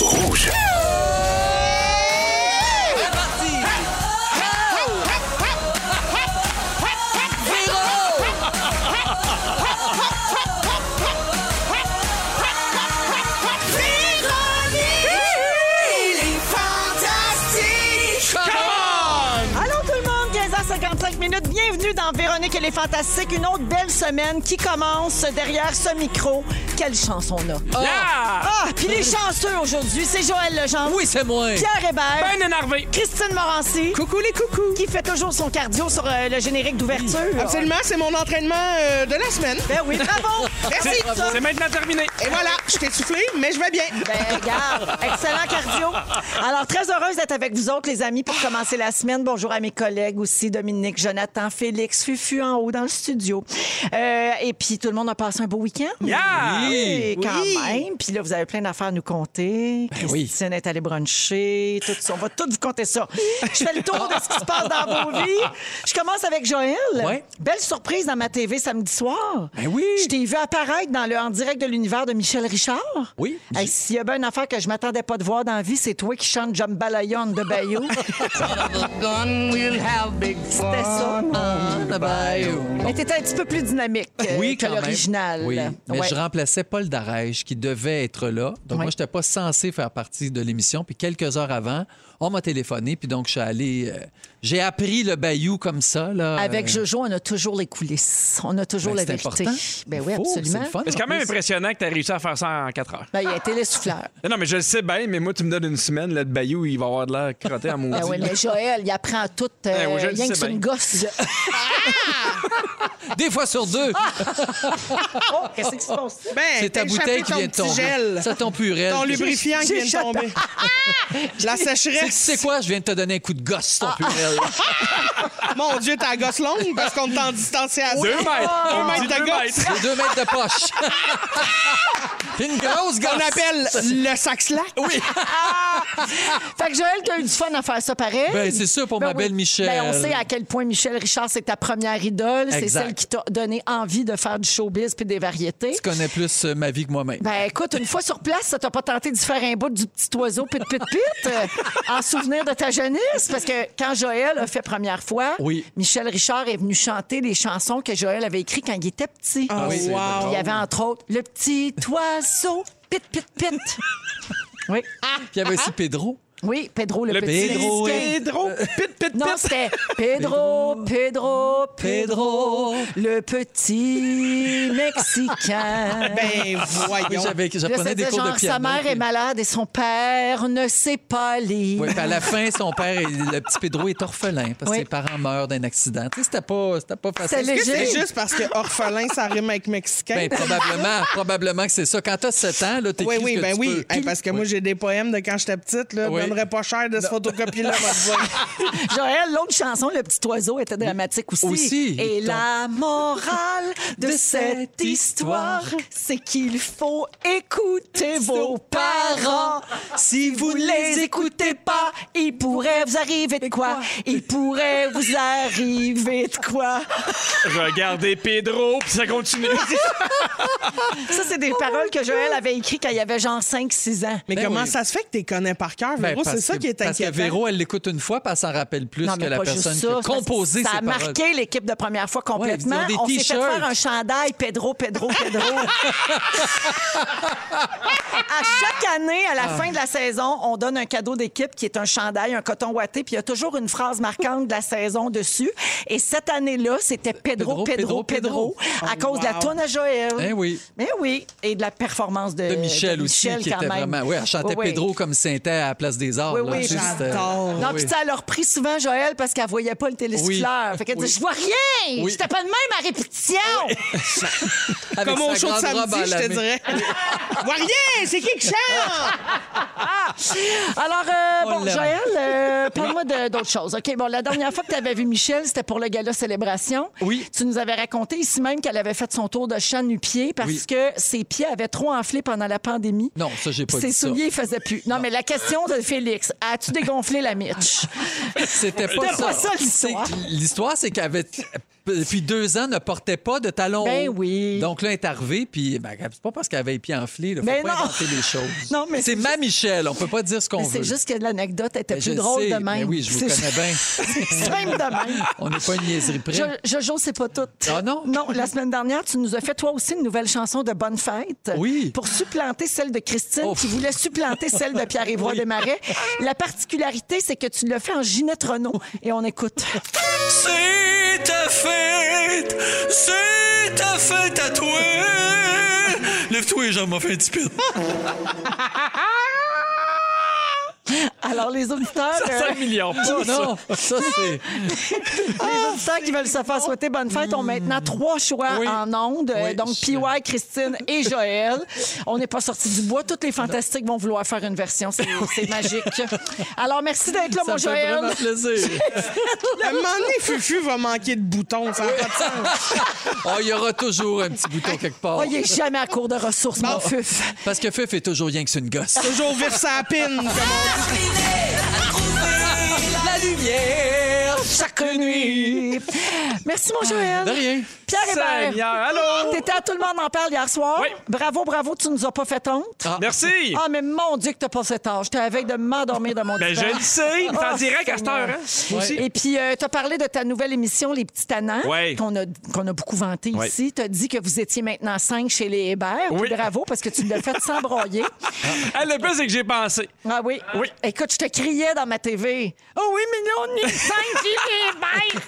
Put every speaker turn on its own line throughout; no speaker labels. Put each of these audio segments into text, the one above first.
Rouge.
Allô tout le monde, 15h55 minutes. Bienvenue dans Véronique et les Fantastiques. Une autre belle semaine qui commence derrière ce micro. Quelle chance on a. Ah, Ah, puis les chanceux aujourd'hui, c'est Joël Legendre.
Oui, c'est moi.
Pierre Hébert.
Ben énervé.
Christine Morancy.
Coucou les coucous!
Qui fait toujours son cardio sur euh, le générique d'ouverture.
Absolument, c'est mon entraînement euh, de la semaine.
Ben oui, bravo.
Merci.
C'est ça.
C'est maintenant terminé.
Et voilà, je t'ai soufflé, mais je vais bien.
Ben, regarde, excellent cardio. Alors, très heureuse d'être avec vous autres, les amis, pour commencer la semaine. Bonjour à mes collègues aussi, Dominique, Jonathan, Félix, Fufu en haut dans le studio. Euh, et puis, tout le monde a passé un beau week-end.
Yeah!
Oui, quand
Oui.
même. Puis là, vous avez plein d'affaires à nous compter.
Ben oui.
Christine est allée bruncher, tout ça. On va tout vous compter ça. Je fais le tour de ce qui se passe dans vos vies. Je commence avec Joël.
Ouais.
Belle surprise dans ma TV samedi soir.
Ben oui.
Je t'ai vu apparaître dans le En direct de l'univers de Michel Richard.
Oui.
Hey, S'il y a bien une affaire que je m'attendais pas de voir dans la vie, c'est toi qui chantes Jambalayon de Bayou. C'était ça. Mais t'étais un petit peu plus dynamique euh,
Oui,
que
quand même.
l'original.
Oui, mais
Ouais.
je remplaçais Paul Darèche qui devait être là. Donc moi, j'étais pas censé faire partie de l'émission. Puis quelques heures avant, on m'a téléphoné. Puis donc, je suis allé... euh, J'ai appris le bayou comme ça, là.
Avec
Euh,
Jojo, on a toujours les coulisses. On a toujours
ben,
la
c'est
vérité.
important.
Ben oui,
Il faut, C'est
absolument.
le fun.
Mais c'est quand même impressionnant que tu réussi à faire ça en 4 heures.
Ben, il y a été les souffleurs.
Ah,
Non, non, mais je le sais bien, mais moi, tu me donnes une semaine, là, de Bayou, il va avoir de l'air crotté à maudit.
Ben oui, mais Joël, il apprend tout. euh,
Ben oui, je le
rien que
sais
c'est une gosse.
Des fois sur deux,
oh, qu'est-ce qui se passe?
Ben,
c'est ta
t'as échappé
bouteille qui
ton
vient de
petit
tomber.
Gel,
Ça, ton purel.
ton lubrifiant qui vient
j'ai
de tomber. la
C'est-
sécheresse.
C'est quoi? Je viens de te donner un coup de gosse, ton purel.
Mon Dieu, t'as la gosse longue parce qu'on t'a distancé à
Deux mètres!
Oh!
Deux
On
mètres
dit
de
deux
gosse.
mètres.
C'est deux mètres de poche. une grosse gosse.
On appelle le sac-slack.
Oui.
Fait que Joël, t'as eu du fun à faire ça pareil.
Ben, c'est sûr pour ma belle Michel.
Ben, on sait à quel point Michel Richard, c'est ta première idole. C'est
Exact.
celle qui t'a donné envie de faire du showbiz puis des variétés.
Tu connais plus euh, ma vie que moi-même.
Ben écoute, une fois sur place, ça t'a pas tenté de faire un bout du petit oiseau pit pit pit euh, en souvenir de ta jeunesse parce que quand Joël a fait première fois,
Oui.
Michel Richard est venu chanter les chansons que Joël avait écrites quand il était petit.
Ah oui, c'est
Puis
drôle.
Il y avait entre autres le petit oiseau pit pit pit. oui.
Puis il y avait aussi Pedro.
Oui, Pedro le,
Le
petit.
Pedro, oui.
Pedro, pit, pit,
Non,
pit.
c'était Pedro, Pedro, Pedro,
Pedro.
le petit Mexicain.
Ben,
Oui,
voyons.
Ah, j'avais,
Là,
j'apprenais des
c'était
cours
genre,
de piano.
sa mère est
puis-
malade et son père ne sait pas lire.
Oui, puis à la fin, son père, est- le petit Pedro est orphelin parce que
Oui.
ses parents meurent d'un accident. Tu sais, c'était pas, c'était pas
C'est
facile.
léger.
C'est juste parce que orphelin, ça rime avec mexicain.
Ben, probablement, probablement que c'est ça. Quand t'as 7 ans, là, t'écris
Oui,
ce
oui,
que
ben
tu
oui.
peux.
Hey, parce que moi, j'ai des poèmes de quand j'étais petite. Là,
Oui.
donnerais pas cher de ce photocopie-là, moi, te dire.
Joël, l'autre chanson, Le petit oiseau, était dramatique aussi.
Aussi.
Et
Donc-
la morale de
De
cette
cette
histoire,
histoire,
c'est qu'il faut écouter vos parents. Si vous les écoutez pas, il pourrait vous arriver de quoi? Il pourrait vous arriver de quoi?
Regardez Pedro, puis ça continue.
Ça, c'est des paroles que Joël avait écrites quand il avait genre 5-6 ans.
Mais
Ben
comment
oui.
ça se fait que tu les connais par cœur,
Ben,
Véro?
parce
c'est ça
que-
qui est
Parce que
inquiétant.
Véro, elle l'écoute une fois, puis elle s'en rappelle plus
Non,
que
mais
la
pas juste
personne qui
ça,
a
c'est parce que
composé
ça
ses
a
paroles.
marqué l'équipe de première fois complètement.
Ouais, ils ont
On
des
s'est fait
t-shirts.
faire un chandail Pedro, Pedro, Pedro. à chaque année,
Ah.
à la fin de la saison, on donne un cadeau d'équipe qui est un chandail, un coton ouaté, puis il y a toujours une phrase marquante de la saison dessus. Et cette année-là, c'était Pedro, Pedro, Pedro,
Pedro, Pedro. Oh,
à cause de la
wow.
tonne à Joël.
Eh oui.
Mais oui, et de la performance de,
de Michel
de
aussi,
Michel
qui
quand
était
même.
vraiment. Oui, elle chantait
Oui, oui.
Pedro comme Saint-Terre à la place des arts.
Oui,
là,
oui,
tu sais, c'était-
j'adore.
Non,
Oh, Oui.
puis ça, elle a repris souvent Joël parce qu'elle voyait pas le téléscolaire.
Oui.
Fait qu'elle
Oui.
dit Je vois rien
Oui.
J'étais pas de même à répétition
euh, Avec
Comme au
sa
show de
grande
samedi,
robe à
je te
lamé.
dirais. Vois rien, c'est qui qui chante?
Alors, euh,
On
bon,
l'aime.
Joël, euh, parle-moi de- d'autre chose. OK, bon, la dernière fois que tu avais vu Michel, c'était pour le gala Célébration.
Oui.
Tu nous avais raconté ici même qu'elle avait fait son tour de chat nu-pied parce
Oui.
que ses pieds avaient trop enflé pendant la pandémie.
Non, ça, j'ai pas
Ses
dit ça.
souliers faisaient plus. Non, mais la question de Félix, as-tu dégonflé la Mitch?
C'était pas
C'était
ça.
pas ça, l'histoire.
C'est- L'histoire, c'est qu'elle avait, depuis deux ans, ne portait pas de talons
Ben
hauts.
oui.
Donc là, elle est arrivée, puis ben, c'est pas parce qu'elle avait les pieds enflés. Là, faut
Ben
pas
non.
inventer les choses.
Non, mais
c'est
c'est
ma Michel, on peut pas dire ce qu'on
Mais C'est
veut.
juste que l'anecdote était
Mais
plus
je
drôle
sais,
de même.
mais oui, je vous
C'est
connais bien.
simple de même.
On n'est pas une niaiserie près.
Jo- Jojo, c'est pas tout.
Ah non?
Non, la semaine dernière, tu nous as fait toi aussi une nouvelle chanson de Bonne Fête.
Oui.
Pour supplanter celle de Christine,
Ouf.
qui voulait supplanter celle de Pierre-Évoix Desmarais. La particularité, c'est que tu l'as fait en Ginette Renault. Et on écoute.
C'est ta fête, c'est ta fête à toi. Lève-toi et j'en m'en fais un petit peu.
Alors, les auditeurs. euh,
millions.
Oh non, ça, c'est.
Les auditeurs qui veulent se faire souhaiter bonne fête ont maintenant trois choix
Oui.
en ondes. Euh,
Oui,
Donc,
je-
PY, Christine et Joël. On n'est pas sortis du bois. Toutes les fantastiques vont vouloir faire une version. C'est c'est magique. Alors, merci d'être là,
Ça
mon
me fait
Joël.
vraiment plaisir.
À un moment donné, Fufu va manquer de boutons. Ça n'a pas de sens.
Oh, il y aura toujours un petit bouton quelque part.
Oh, il est jamais à court de ressources, mon fuf.
Parce que Fuf est toujours rien que c'est une gosse.
Ah,
Toujours vif sa pine. comme
Ah
on dit.
La lumière!
Chaque nuit. Merci, mon Joël.
De rien.
Pierre Hébert,
Ah, Seigneur, allô?
t'étais à Tout le monde en parle hier soir.
Oui.
Bravo, bravo, tu nous as pas fait honte.
Ah.
Merci!
Ah, mais mon Dieu que t'as pas cet âge. J'étais à la veille de m'endormir dans mon
Ben,
divan.
je le sais, t'es en
Oh,
direct à cette
Seigneur.
heure, hein?
Moi aussi.
Et puis, tu as parlé de ta nouvelle émission, Les Petits Tannants,
Ouais.
qu'on a, qu'on a beaucoup vanté
Ouais.
ici. Tu as dit que vous étiez maintenant cinq chez les Hébert.
Oui.
Puis Bravo, parce que tu l'as fait sans broyer.
Ah, le plus, c'est que j'ai pensé.
Ah oui?
Oui.
Écoute, je te criais dans ma TV. Oh oui, mignon, nous cinq chez les Hébert!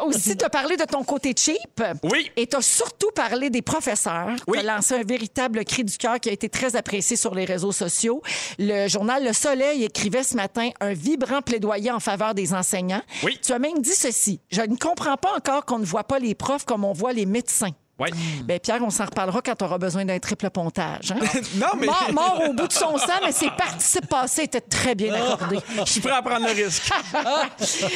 Euh, aussi, tu as parlé de ton côté cheap.
Oui.
Et tu as surtout parlé des professeurs.
Oui.
Tu as lancé un véritable cri du cœur qui a été très apprécié sur les réseaux sociaux. Le journal Le Soleil écrivait ce matin un vibrant plaidoyer en faveur des enseignants.
Oui.
Tu as même dit ceci. Je ne comprends pas encore qu'on ne voit pas les profs comme on voit les médecins.
Ouais.
Ben Pierre, on s'en reparlera quand tu auras besoin d'un triple pontage. hein?
Non, mais
Mort, mort au bout de son sang, mais ses participes passés étaient très bien accordés.
je suis prêt à prendre le risque.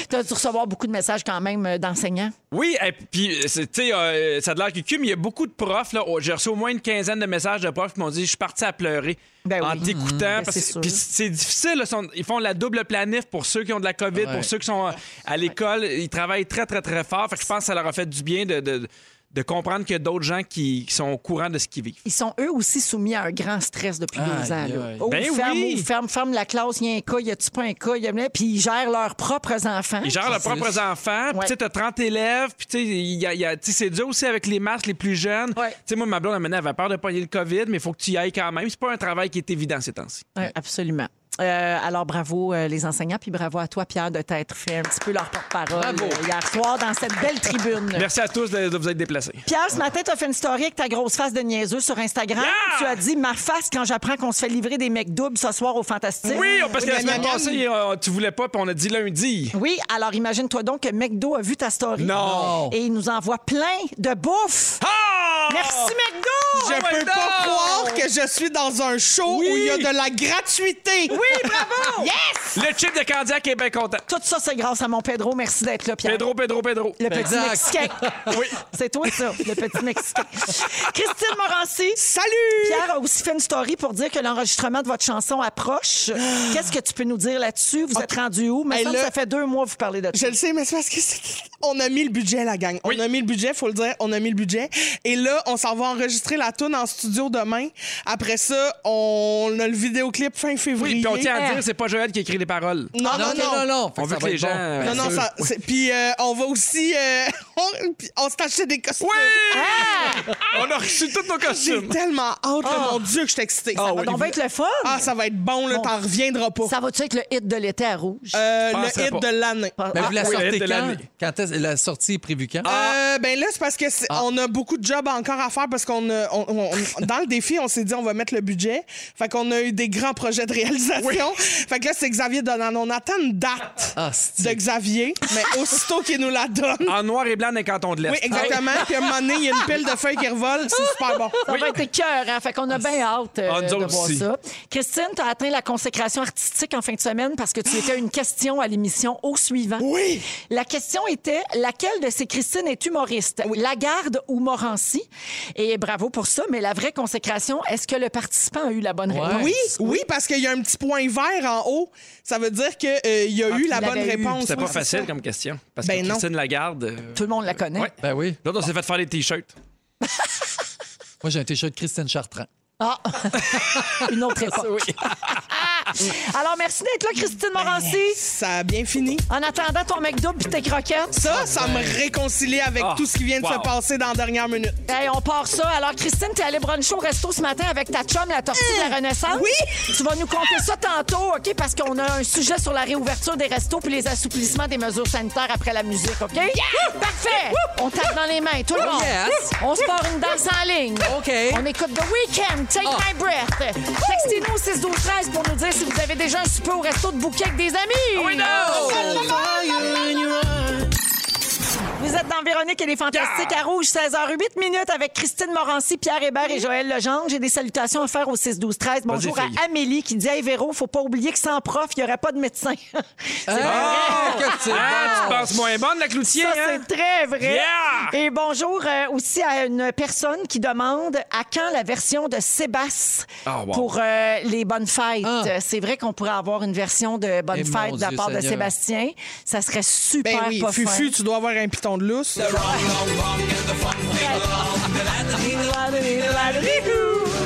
tu as dû recevoir beaucoup de messages quand même euh, d'enseignants.
Oui, et puis, c'est- tu sais, euh, ça a de l'air cucu, mais il y a beaucoup de profs. là. J'ai reçu au moins une quinzaine de messages de profs qui m'ont dit Je suis parti à pleurer
Ben
en
oui.
t'écoutant.
Ben,
parce
c'est
que-
sûr.
Puis c'est difficile. là, sont- ils font la double planif pour ceux qui ont de la COVID,
Ouais.
pour ceux qui sont euh, à l'école. Ils travaillent très, très, très fort. Fait que je pense que ça leur a fait du bien de, de- de comprendre qu'il y a d'autres gens qui, qui sont au courant de ce qu'ils vivent.
Ils sont eux aussi soumis à un grand stress depuis
Aïe,
deux ans. là.
aïe.
Oh,
Ben
ferme,
oui.
oh, ferme, ferme la classe, il y a un cas, y a-tu pas un cas, y a... puis ils gèrent leurs propres enfants.
Ils gèrent leurs
Jesus.
propres enfants. Puis,
Ouais.
tu sais, t'as 30 élèves. Puis, tu sais, il y a- il y a- tu sais, c'est dur aussi avec les masques les plus jeunes.
Ouais.
Tu sais, moi, ma blonde, elle avait peur de pogner le COVID, mais il faut que tu y ailles quand même. C'est pas un travail qui est évident ces temps-ci.
Ouais, absolument. Euh, alors, bravo euh, les enseignants, puis bravo à toi, Pierre, de t'être fait un petit peu leur porte-parole
Bravo.
euh, hier soir dans cette belle tribune.
Merci à tous de, de vous être déplacés.
Pierre, ce matin, tu as fait une story avec ta grosse face de niaiseux sur Instagram.
Yeah!
Tu as dit ma face quand j'apprends qu'on se fait livrer des mecs doubles ce soir au Fantastique.
Oui, parce que la
mais
semaine
Marianne-
passée, euh, tu voulais pas, puis on a dit lundi.
Oui, alors imagine-toi donc que McDo a vu ta story.
Non.
Et il nous envoie plein de bouffe.
Ah!
Merci McDo!
Je
Oh my
peux
God!
pas croire que je suis dans un show
Oui.
où il y a de la gratuité.
Oui, bravo! yes!
Le chip de Candiac est bien content.
Tout ça, c'est grâce à mon Pedro. Merci d'être là, Pierre.
Pedro, Pedro, Pedro.
Le petit
Exact.
Mexicain.
Oui.
C'est toi, ça, le petit Mexicain. Christine Morancy.
Salut!
Pierre a aussi fait une story pour dire que l'enregistrement de votre chanson approche. Qu'est-ce que tu peux nous dire là-dessus? Vous êtes rendu où? Mais
Hey, là-
ça fait deux mois que vous parlez de
Je
ça.
le sais, mais c'est parce que c'est- on a mis le budget, la gang. On
Oui.
a mis le budget, faut le dire, on a mis le budget. Et là, on s'en va enregistrer la tune en studio demain. Après ça, on a le vidéoclip fin février.
Oui, puis on tient à
Eh.
dire, c'est pas Joël qui écrit les paroles.
Non,
Ah
non,
ok,
non.
non, non. Fait
On veut
que ça
que
va
les
être
gens,
bon.
euh,
Bien
Non, non,
sûr.
ça. c'est- Puis euh, on va aussi. euh, on puis on s'est acheté des costumes.
On a reçu tous nos
J'ai
costumes.
tellement hâte, là, mon Dieu, que je suis excitée. Ça va
Donc, va être le fun.
Ah, ça va être bon, là,
Bon.
t'en reviendras pas.
Ça va-tu être le hit de l'été à rouge?
Euh,
Je
le
penserais
hit
pas.
de l'année.
Mais vous la
oui,
sortez
de
quand?
l'année.
Quand est-ce- la sortie est prévue
Ah.
quand?
Euh, ben là, c'est parce que c'est- on a beaucoup de jobs encore à faire parce qu'on a- on- on- on- dans le défi, on s'est dit on va mettre le budget. Fait qu'on a eu des grands projets de réalisation. Fait que là, c'est Xavier Donan. On attend une date
Ah, c'est-
de Xavier, mais aussitôt qu'il nous la donne.
En noir et blanc dans canton de l'Est.
Ah. Oui, exactement. Puis à un moment donné, il y a une pile de feuilles qui revole. C'est super bon.
Ça va être écœurant. Hein? Fait qu'on a bien hâte euh,
Ah, nous
de
autres
voir
aussi.
ça. Christine, tu as atteint la consécration artistique en fin de semaine parce que tu étais une question à l'émission au suivant.
Oui.
La question était laquelle de ces Christine est humoriste Lagarde ou Morancy Et bravo pour ça, mais la vraie consécration, est-ce que le participant a eu la bonne
Ouais.
réponse
Oui, oui, parce qu'il y a un petit point vert en haut. Ça veut dire qu'il y a eu la
il
bonne
l'avait Ah, eu.
réponse.
C'était
Oui,
pas
c'est
facile
ça.
comme question. Parce
Ben
que
non.
Christine Lagarde. euh,
Tout le monde la connaît.
ouais.
Ben oui.
L'autre, on s'est fait faire des t-shirts.
Moi, j'ai un t-shirt Christine Chartrand.
Ah, une autre époque. Alors, merci d'être là, Christine Morancy.
Ça a bien fini.
En attendant ton McDo puis tes croquettes,
Ça, ça me réconcilie avec
ben. Ah,
tout ce qui vient de
wow.
se passer dans la dernière minute.
hey, on part ça. Alors, Christine, t'es allée bruncher au resto ce matin avec ta chum, la tortue
Mmh.
de la Renaissance.
Oui.
Tu vas nous compter ça tantôt, OK? Parce qu'on a un sujet sur la réouverture des restos puis les assouplissements des mesures sanitaires après la musique, OK? Parfait! On tape dans les mains, tout le monde.
yes.
On se part une danse en ligne.
OK.
On écoute The Weeknd, Take
Ah.
My Breath. Textez-nous au 6 12 13 pour nous dire si vous avez déjà un souper au resto de bouquet avec des
Ah
amis. Oui, Vous êtes dans Véronique et les Fantastiques à Rouge, 16h08 minutes avec Christine Morancy, Pierre Hébert et Joël Legendre. J'ai des salutations à faire au 6 12 13 Bonjour à
fille.
Amélie qui dit Hey Véro, faut pas oublier que sans prof, il n'y aurait pas de médecin. C'est vrai.
Ah, que c'est
Ah, tu
bon.
penses moins bonne, la Cloutier,
Ça,
hein?
c'est très vrai.
Yeah!
Et bonjour euh, aussi à une personne qui demande à quand la version de Sébasse
Ah, wow.
pour euh, les bonnes fêtes.
Ah.
Euh, C'est vrai qu'on pourrait avoir une version de bonnes
Eh, mon
fêtes de la
Dieu
part de
Seigneur.
Sébastien. Ça serait super
Ben oui,
pas fin.
Fufu, tu dois avoir un piton de lousse.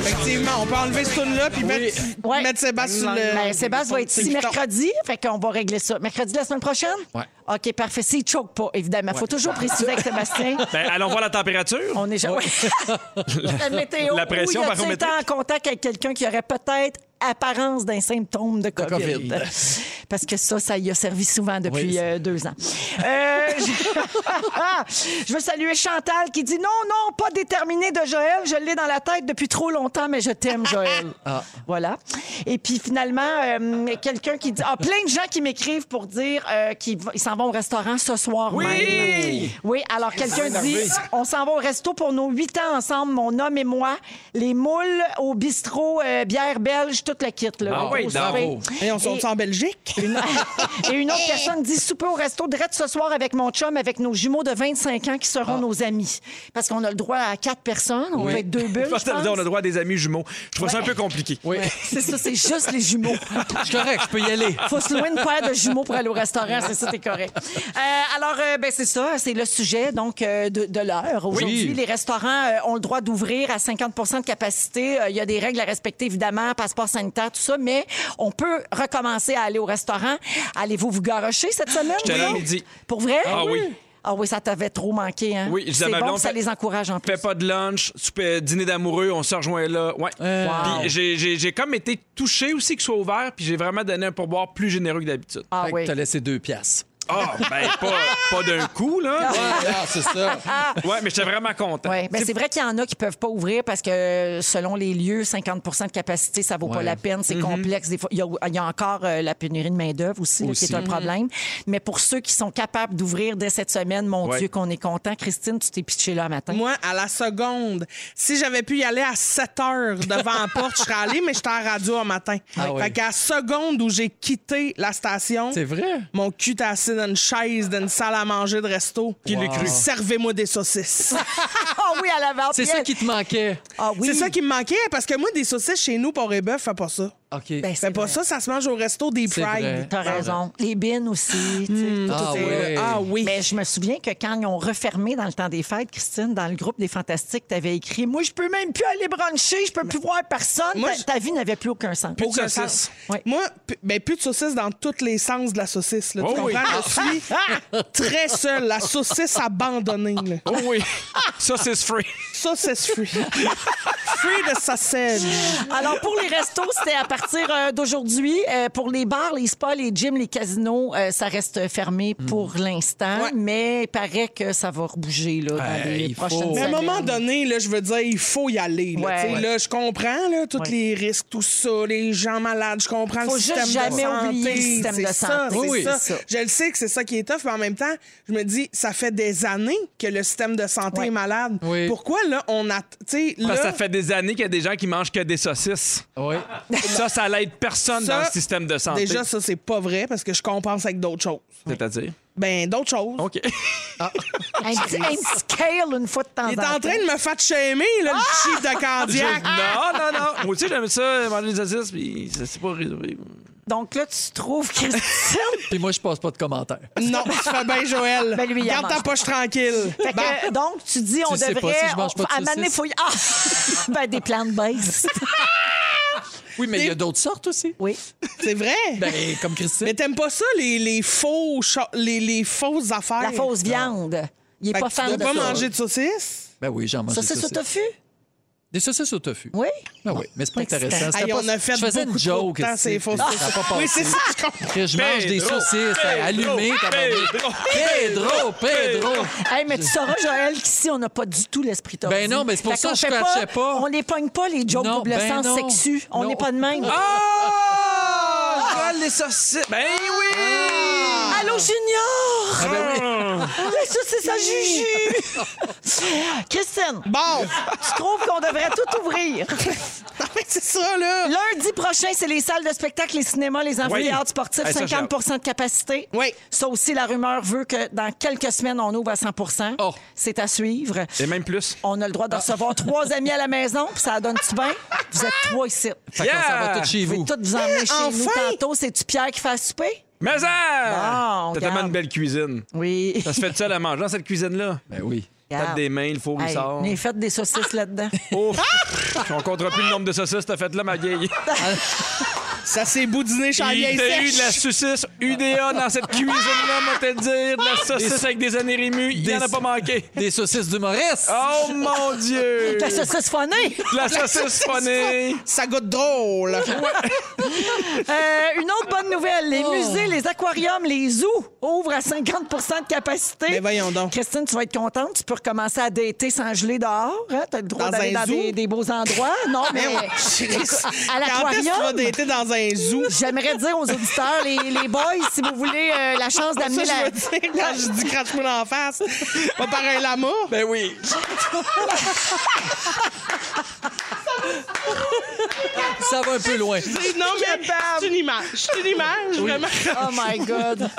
Effectivement, on peut enlever ce tune là puis mettre,
Ouais.
mettre Sébastien sur le.
Ben, Sébastien va être ici
le piton.
mercredi, fait qu'on va régler ça. Mercredi la semaine prochaine?
Ouais.
OK, parfait. S'il choke pas, évidemment. Faut toujours préciser avec Sébastien.
Ben, allons voir la température.
On est jamais. la météo.
La pression
Ou y a-t-il été
barométrique.
en contact avec quelqu'un qui aurait peut-être apparence d'un symptôme de COVID.
COVID.
Parce que ça, ça y a servi souvent depuis
Oui, ça-
euh, deux ans. Euh, je... je veux saluer Chantal qui dit non, non, pas déterminé de Joël. Je l'ai dans la tête depuis trop longtemps, mais je t'aime, Joël. Voilà. Et puis finalement, euh, quelqu'un qui dit ah, plein de gens qui m'écrivent pour dire euh, qu'ils v- ils s'en vont au restaurant ce soir
Oui!
même. Oui, alors quelqu'un dit on s'en va au resto pour nos huit ans ensemble, mon homme et moi. Les moules au bistrot, euh, bière belge, tout le kit. Là,
Ah
Au
oui,
souper.
bravo.
Et on sont en Belgique?
Une- et une autre personne dit souper au resto direct ce soir avec mon chum, avec nos jumeaux de 25 ans qui
Ah.
seront nos amis. Parce qu'on a le droit à quatre personnes, on peut être deux bulles.
Je pense que
je
t'allais dire,
pense.
on a droit à des amis jumeaux. Je trouve ça un peu compliqué.
Oui,
C'est ça, c'est juste les jumeaux.
je suis correct, je peux y aller.
Faut se louer une paire de jumeaux pour aller au restaurant, c'est ça, t'es correct. Euh, alors, euh, ben, c'est ça, c'est le sujet donc euh, de, de l'heure. Aujourd'hui,
Oui.
les restaurants euh, ont le droit d'ouvrir à 50 de capacité. Euh, Il y a des règles à respecter, évidemment, passeport sanitaire, tout ça, mais on peut recommencer à aller au restaurant. Allez-vous vous garocher cette semaine?
J'étais là
vous
à
autres?
midi.
Pour vrai?
Ah oui.
Ah oui, ça t'avait trop manqué, hein?
Oui, je disais à
C'est
ma
bon,
blonde,
ça
fais-
les encourage en plus.
Fais pas de lunch, souper- dîner d'amoureux, on se rejoint là. Ouais.
Euh,
Wow.
Puis j'ai- j'ai j'ai comme été touché aussi qu'il soit ouvert, puis j'ai vraiment donné un pourboire plus généreux que d'habitude.
Ah
Fait que
oui.
t'as laissé deux piastres.
Ah, ben pas, pas d'un coup, là.
Ah, c'est ça.
Ouais, mais j'étais vraiment content.
Oui, mais c'est vrai qu'il y en a qui peuvent pas ouvrir parce que selon les lieux, 50 de capacité, ça vaut pas
Ouais.
la peine, c'est complexe. Des fois, il y a, il y a encore euh, la pénurie de main-d'œuvre aussi, là, qui est
Aussi.
un problème. Mais pour ceux qui sont capables d'ouvrir dès cette semaine, mon
Ouais.
Dieu, qu'on est content. Christine, tu t'es pitchée là un matin.
Moi, à la seconde, si j'avais pu y aller à 7 heures devant la porte, je serais allée, mais j'étais à la radio un matin.
Ah oui.
fait qu'à la seconde où j'ai quitté la station,
C'est vrai?
mon cul était assis dans une chaise, dans une salle à manger de resto.
Qui l'a cru?
Servez-moi des saucisses.
Ah oui, à la
C'est ça qui te manquait.
Ah oui.
C'est ça qui me manquait, parce que moi, des saucisses chez nous, pour et bœuf, fais pas ça.
OK.
Ben, c'est
Fais pas
vrai.
ça, ça se mange au resto des
C'est
fried.
vrai.
T'as raison. Les bines aussi. tu sais, tout
Ah
est-
ouais.
Ah oui.
Mais je me souviens que quand ils ont refermé dans le temps des fêtes, Christine, dans le groupe des Fantastiques, t'avais écrit Moi, je peux même plus aller bruncher, je peux plus voir personne.
Moi,
Ta-
je-
ta, vie n'avait plus aucun sens.
Plus de saucisses.
Ouais.
Moi, p- ben, plus de saucisses dans tous les sens de la saucisse. là.
Oh
tu comprends?
oui. Ah.
Je suis très seule. La saucisse abandonnée. là.
Oh oui, saucisse free.
Saucisse free. free the sausage.
Alors, pour les restos, c'était à partir euh, d'aujourd'hui. Euh, pour les bars, les spas, les gyms, les casinos, euh, ça reste fermé
Hmm.
pour l'instant. Mais il paraît que ça va rebouger là, dans
Ouais,
les
il
prochaines
faut.
Mais à un
semaines.
moment donné, là, je veux dire, il faut y aller. Là,
Ouais.
Tu sais,
Ouais.
là, je comprends là, tous
Ouais.
les risques, tout ça, les gens malades, je comprends
Faut
le
juste
système
jamais
de santé.
oublier le système
c'est
de
ça,
santé.
c'est
Oui,
ça.
c'est ça.
Je le sais que c'est ça qui est tough, mais en même temps, je me dis, ça fait des années que le système de santé
Ouais.
est malade.
Oui.
Pourquoi là, on a, tu sais, là,
Parce que ça fait des années qu'il y a des gens qui mangent que des saucisses.
Oui.
Ça, ça l'aide personne
Ça,
dans le système de santé.
déjà ça c'est pas vrai parce que je compense avec d'autres choses.
C'est-à-dire?
Ben d'autres choses.
OK.
Un petit, un petit kale une fois de temps
Il est en train de me faire shamer, là, le chief de Candiac.
non, non, non. Moi aussi, j'aime ça, manger des saucisses, puis ça, c'est pas réservé.
Donc là, tu trouves Christine.
Puis moi, je passe pas de commentaires.
Non, tu fais bien, Joël.
Ben, lui, il en
Garde ta
mange.
poche tranquille.
Fait que, donc, tu dis, on
Ben, sais pas
devrait.
si je mange pas de
on- à un moment donné,
saucisse.
faut y- Ah! ben, des plans de base.
Oui, mais il y a d'autres sortes aussi.
Oui.
C'est vrai?
Ben, comme Christine.
Mais t'aimes pas ça, les, les, faux cha- les, les fausses affaires?
La fausse viande. Il est
Fait que
pas
tu
fan
veux
de
pas
ça.
manger de saucisses?
Ben oui, j'en mange
Ça,
des
c'est sur
saucisses.
tofu?
Des saucisses au tofu.
Oui.
Ben oui, mais c'est pas
Excitant.
intéressant. C'était
Hey,
pas-
on a fait
je faisais
beaucoup
une
trop
joke.
de temps,
c'est-
ces fausses
ça a pas
Oui,
passé.
c'est ça, je comprends.
Que je mange des
Pedro,
saucisses
Pedro,
allumées. tabarnak.
Pedro.
Pedro, Pedro.
Hey, mais tu sauras, Joël, qu'ici, on n'a pas du tout l'esprit tordu.
Ben non, mais c'est pour
Fait
ça
qu'on
que je
fait
catchais pas.
On n'épogne pas les jokes
Non,
double
ben
sens
non.
sexu. On
Non.
n'est pas de même.
Ah! Je vole les saucisses. Ben oui!
Allô, Junior!
Ah ben oui.
Mais ça, c'est sa Juju! Christine,
Bon,
tu trouves qu'on devrait tout ouvrir?
Non, mais c'est ça, là.
Lundi prochain, c'est les salles de spectacle, les cinémas, les amphithéâtres sportifs,
Hey, ça,
50 de capacité.
Oui.
Ça aussi, la rumeur veut que dans quelques semaines, on ouvre à 100
Oh.
C'est à suivre.
Et même plus.
On a le droit de recevoir trois amis à la maison, puis ça donne-tu bien? Vous êtes trois ici.
Fait qu'on s'en va
Yeah!
tout chez
Vous
vous.
pouvez toutes vous emmener chez nous
enfin!
tantôt. C'est-tu Pierre qui fait à souper?
Mais
Bon,
ça! T'as tellement
regarde.
une belle cuisine.
Oui.
Ça se fait tout seul à manger dans cette cuisine-là.
Ben oui.
Tape des mains, le four, il
Hey,
sort.
on est fait des saucisses là-dedans.
Oh! On comptera plus le nombre de saucisses que t'as faites là, ma vieille.
Ça s'est boudiné chez la
Il
vieille
t'a eu de la
sèche.
saucisse UDA dans cette cuisine-là, moi te le dire. De la saucisse avec des anérémus, il y en a pas manqué.
Des saucisses du Maurice.
Oh mon Dieu!
La saucisse fanée!
De la saucisse phonée.
Ça goûte drôle.
Euh, une autre bonne nouvelle,
Oh.
les musées, les aquariums, les zoos ouvrent à 50 de capacité.
Mais voyons donc.
Christine, tu vas être contente, tu peux recommencer à dater sans geler dehors. Hein? Tu as le droit
Dans
d'aller
un
dans
zoo?
des, des beaux endroits. Non, mais
Voyons.
Écoute, à
Ben Quand est-ce que tu vas
l'aquarium...
dater dans un zoo?
J'aimerais dire aux auditeurs, les, les boys, si vous voulez euh, la chance
Ça,
d'amener
je
la...
veux dire, quand je dis crache-moi dans la face, pas par un lama.
Ben oui.
Ça va un peu loin.
Non, mais c'est une image. C'est une image, vraiment.
Oh my God!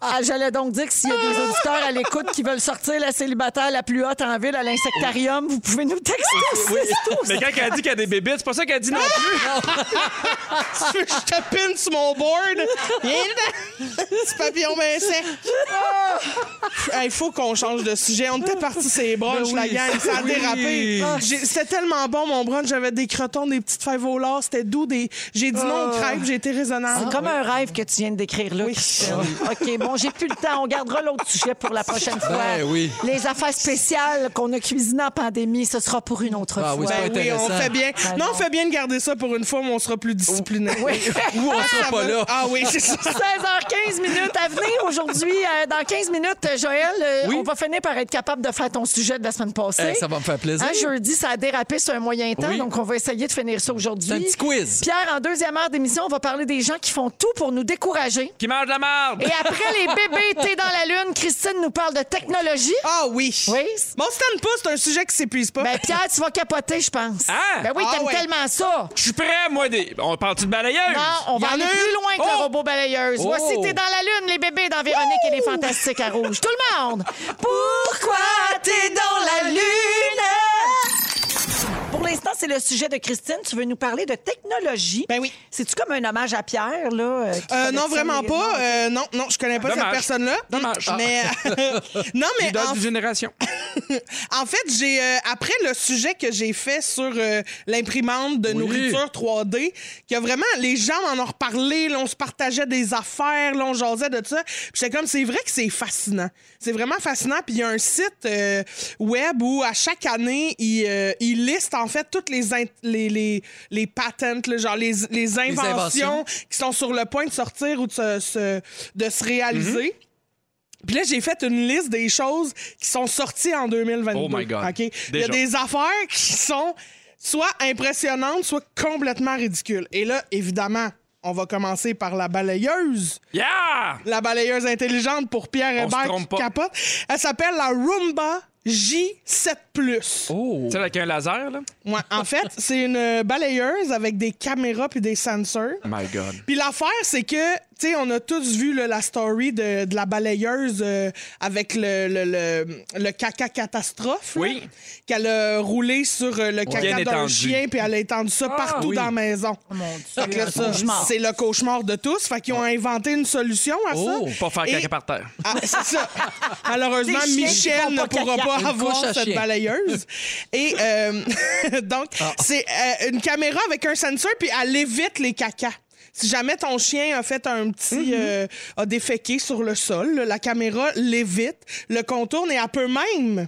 Ah, J'allais donc dire que s'il y a des auditeurs à l'écoute qui veulent sortir la célibataire la plus haute en ville à l'insectarium, vous pouvez nous texter. c'est tout.
Mais quand elle dit qu'il y a des bébites, c'est pas ça qu'elle dit Ah! non plus.
Tu veux que je te pine sur mon board? Viens dedans! Petit papillon ben sec! Il faut qu'on change de sujet. On était parti ces brunchs,
Ben
la
oui,
gang. Ça a
oui.
dérapé.
Ah.
J'ai- C'était tellement bon, mon brunch. J'avais des crotons, des petites fèves au lard. C'était doux. Des... J'ai dit non aux
Ah.
crêpes. J'ai été
C'est
raisonnable.
comme un rêve que tu viens de décrire là. Christine. OK, bon, j'ai plus le temps. On gardera l'autre sujet pour la prochaine fois.
Ben oui.
Les affaires spéciales qu'on a cuisinées en pandémie, ce sera pour une autre
Ah
fois.
oui, c'est pas
Ben oui, on
intéressant.
fait bien.
Ben
non,
non.
on fait bien de garder ça pour une fois, mais on sera plus discipliné.
Ou on sera pas là.
Ah oui, c'est ça.
16h15 minutes à venir aujourd'hui. Euh, dans 15 minutes, euh, Joël, euh,
Oui.
on va finir par être capable de faire ton sujet de la semaine passée.
Eh, ça va me faire plaisir.
Hein, jeudi, ça a dérapé sur un moyen temps,
Oui.
donc on va essayer de finir ça aujourd'hui.
C'est un petit quiz.
Pierre, en deuxième heure d'émission, on va parler des gens qui font tout pour nous décourager.
Qui mange de la marde.
Et après les bébés t'es dans la lune, Christine nous parle de technologie.
Ah oui.
Oui.
Bon, si t'aimes pas, c'est un sujet qui s'épuise pas.
Ben Pierre, tu vas capoter, je pense.
Hein?
Ben oui,
Ah
t'aimes
ouais.
tellement ça.
Je suis prêt, moi, des. On parle-tu de balayeuse?
Non, on va
Y en
aller
a
plus
une.
loin que le
Oh!
robot balayeuse. Voici, t'es dans la lune, les bébés dans Véronique et les Fantastiques à Rouge. Tout le monde! Pourquoi t'es dans la lune? Pour l'instant, c'est le sujet de Christine. Tu veux nous parler de technologie.
Ben oui.
C'est-tu comme un hommage à Pierre, là? euh, qui
Euh,
collectionne
non, vraiment
les-
pas. Euh, non, non, je connais pas
Dommage.
cette personne-là.
Dommage. Ah.
Mais, non, mais
Idole
en,
d'une génération.
en fait, j'ai euh, après le sujet que j'ai fait sur euh, l'imprimante de nourriture 3D, qu'il y a vraiment les gens en ont reparlé, là, on se partageait des affaires, là, on jasait de ça. Puis J'étais comme c'est vrai que c'est fascinant. C'est vraiment fascinant. Puis il y a un site euh, web où à chaque année, ils euh, ils listent en fait toutes les in- les, les, les patents, là, genre les, les
inventions.
inventions qui sont sur le point de sortir ou de se, se- de se réaliser. Puis là, j'ai fait une liste des choses qui sont sorties en 2022.
Oh my God.
OK? Il y
Déjà.
a des affaires qui sont soit impressionnantes, soit complètement ridicules. Et là, évidemment, on va commencer par la balayeuse.
Yeah!
La balayeuse intelligente pour Pierre
On se
Hébert qui
trompe pas.
capote. Elle s'appelle la Roomba J7+.
Oh!
Tu sais, avec un laser, là?
Ouais, en fait, c'est une balayeuse avec des caméras puis des sensors.
My God.
Puis l'affaire, c'est que, tu sais, on a tous vu là, la story de, de la balayeuse euh, avec le, le, le, le caca catastrophe. là,
Oui.
Qu'elle a roulé sur euh, le
Bien
caca d'un
étendu.
chien, puis elle a étendu ça partout
oui.
dans la maison.
Ah, Oh Mon
Fait que
Dieu,
là,
un
ça,
cauchemar.
c'est le cauchemar de tous. Fait qu'ils ont inventé une solution à
Oh,
ça.
Pas faire
Et-
caca par terre.
Ah, c'est ça. Malheureusement,
Des chiens qui font
Michel ne
pas
pourra
caca.
pas
Une
avoir
couche à
cette
chien.
balayeuse. Et euh, donc, c'est euh, une caméra avec un sensor, puis elle évite les cacas. Si jamais ton chien a fait un petit. euh, a déféqué sur le sol, là, la caméra l'évite, le contourne et elle peut même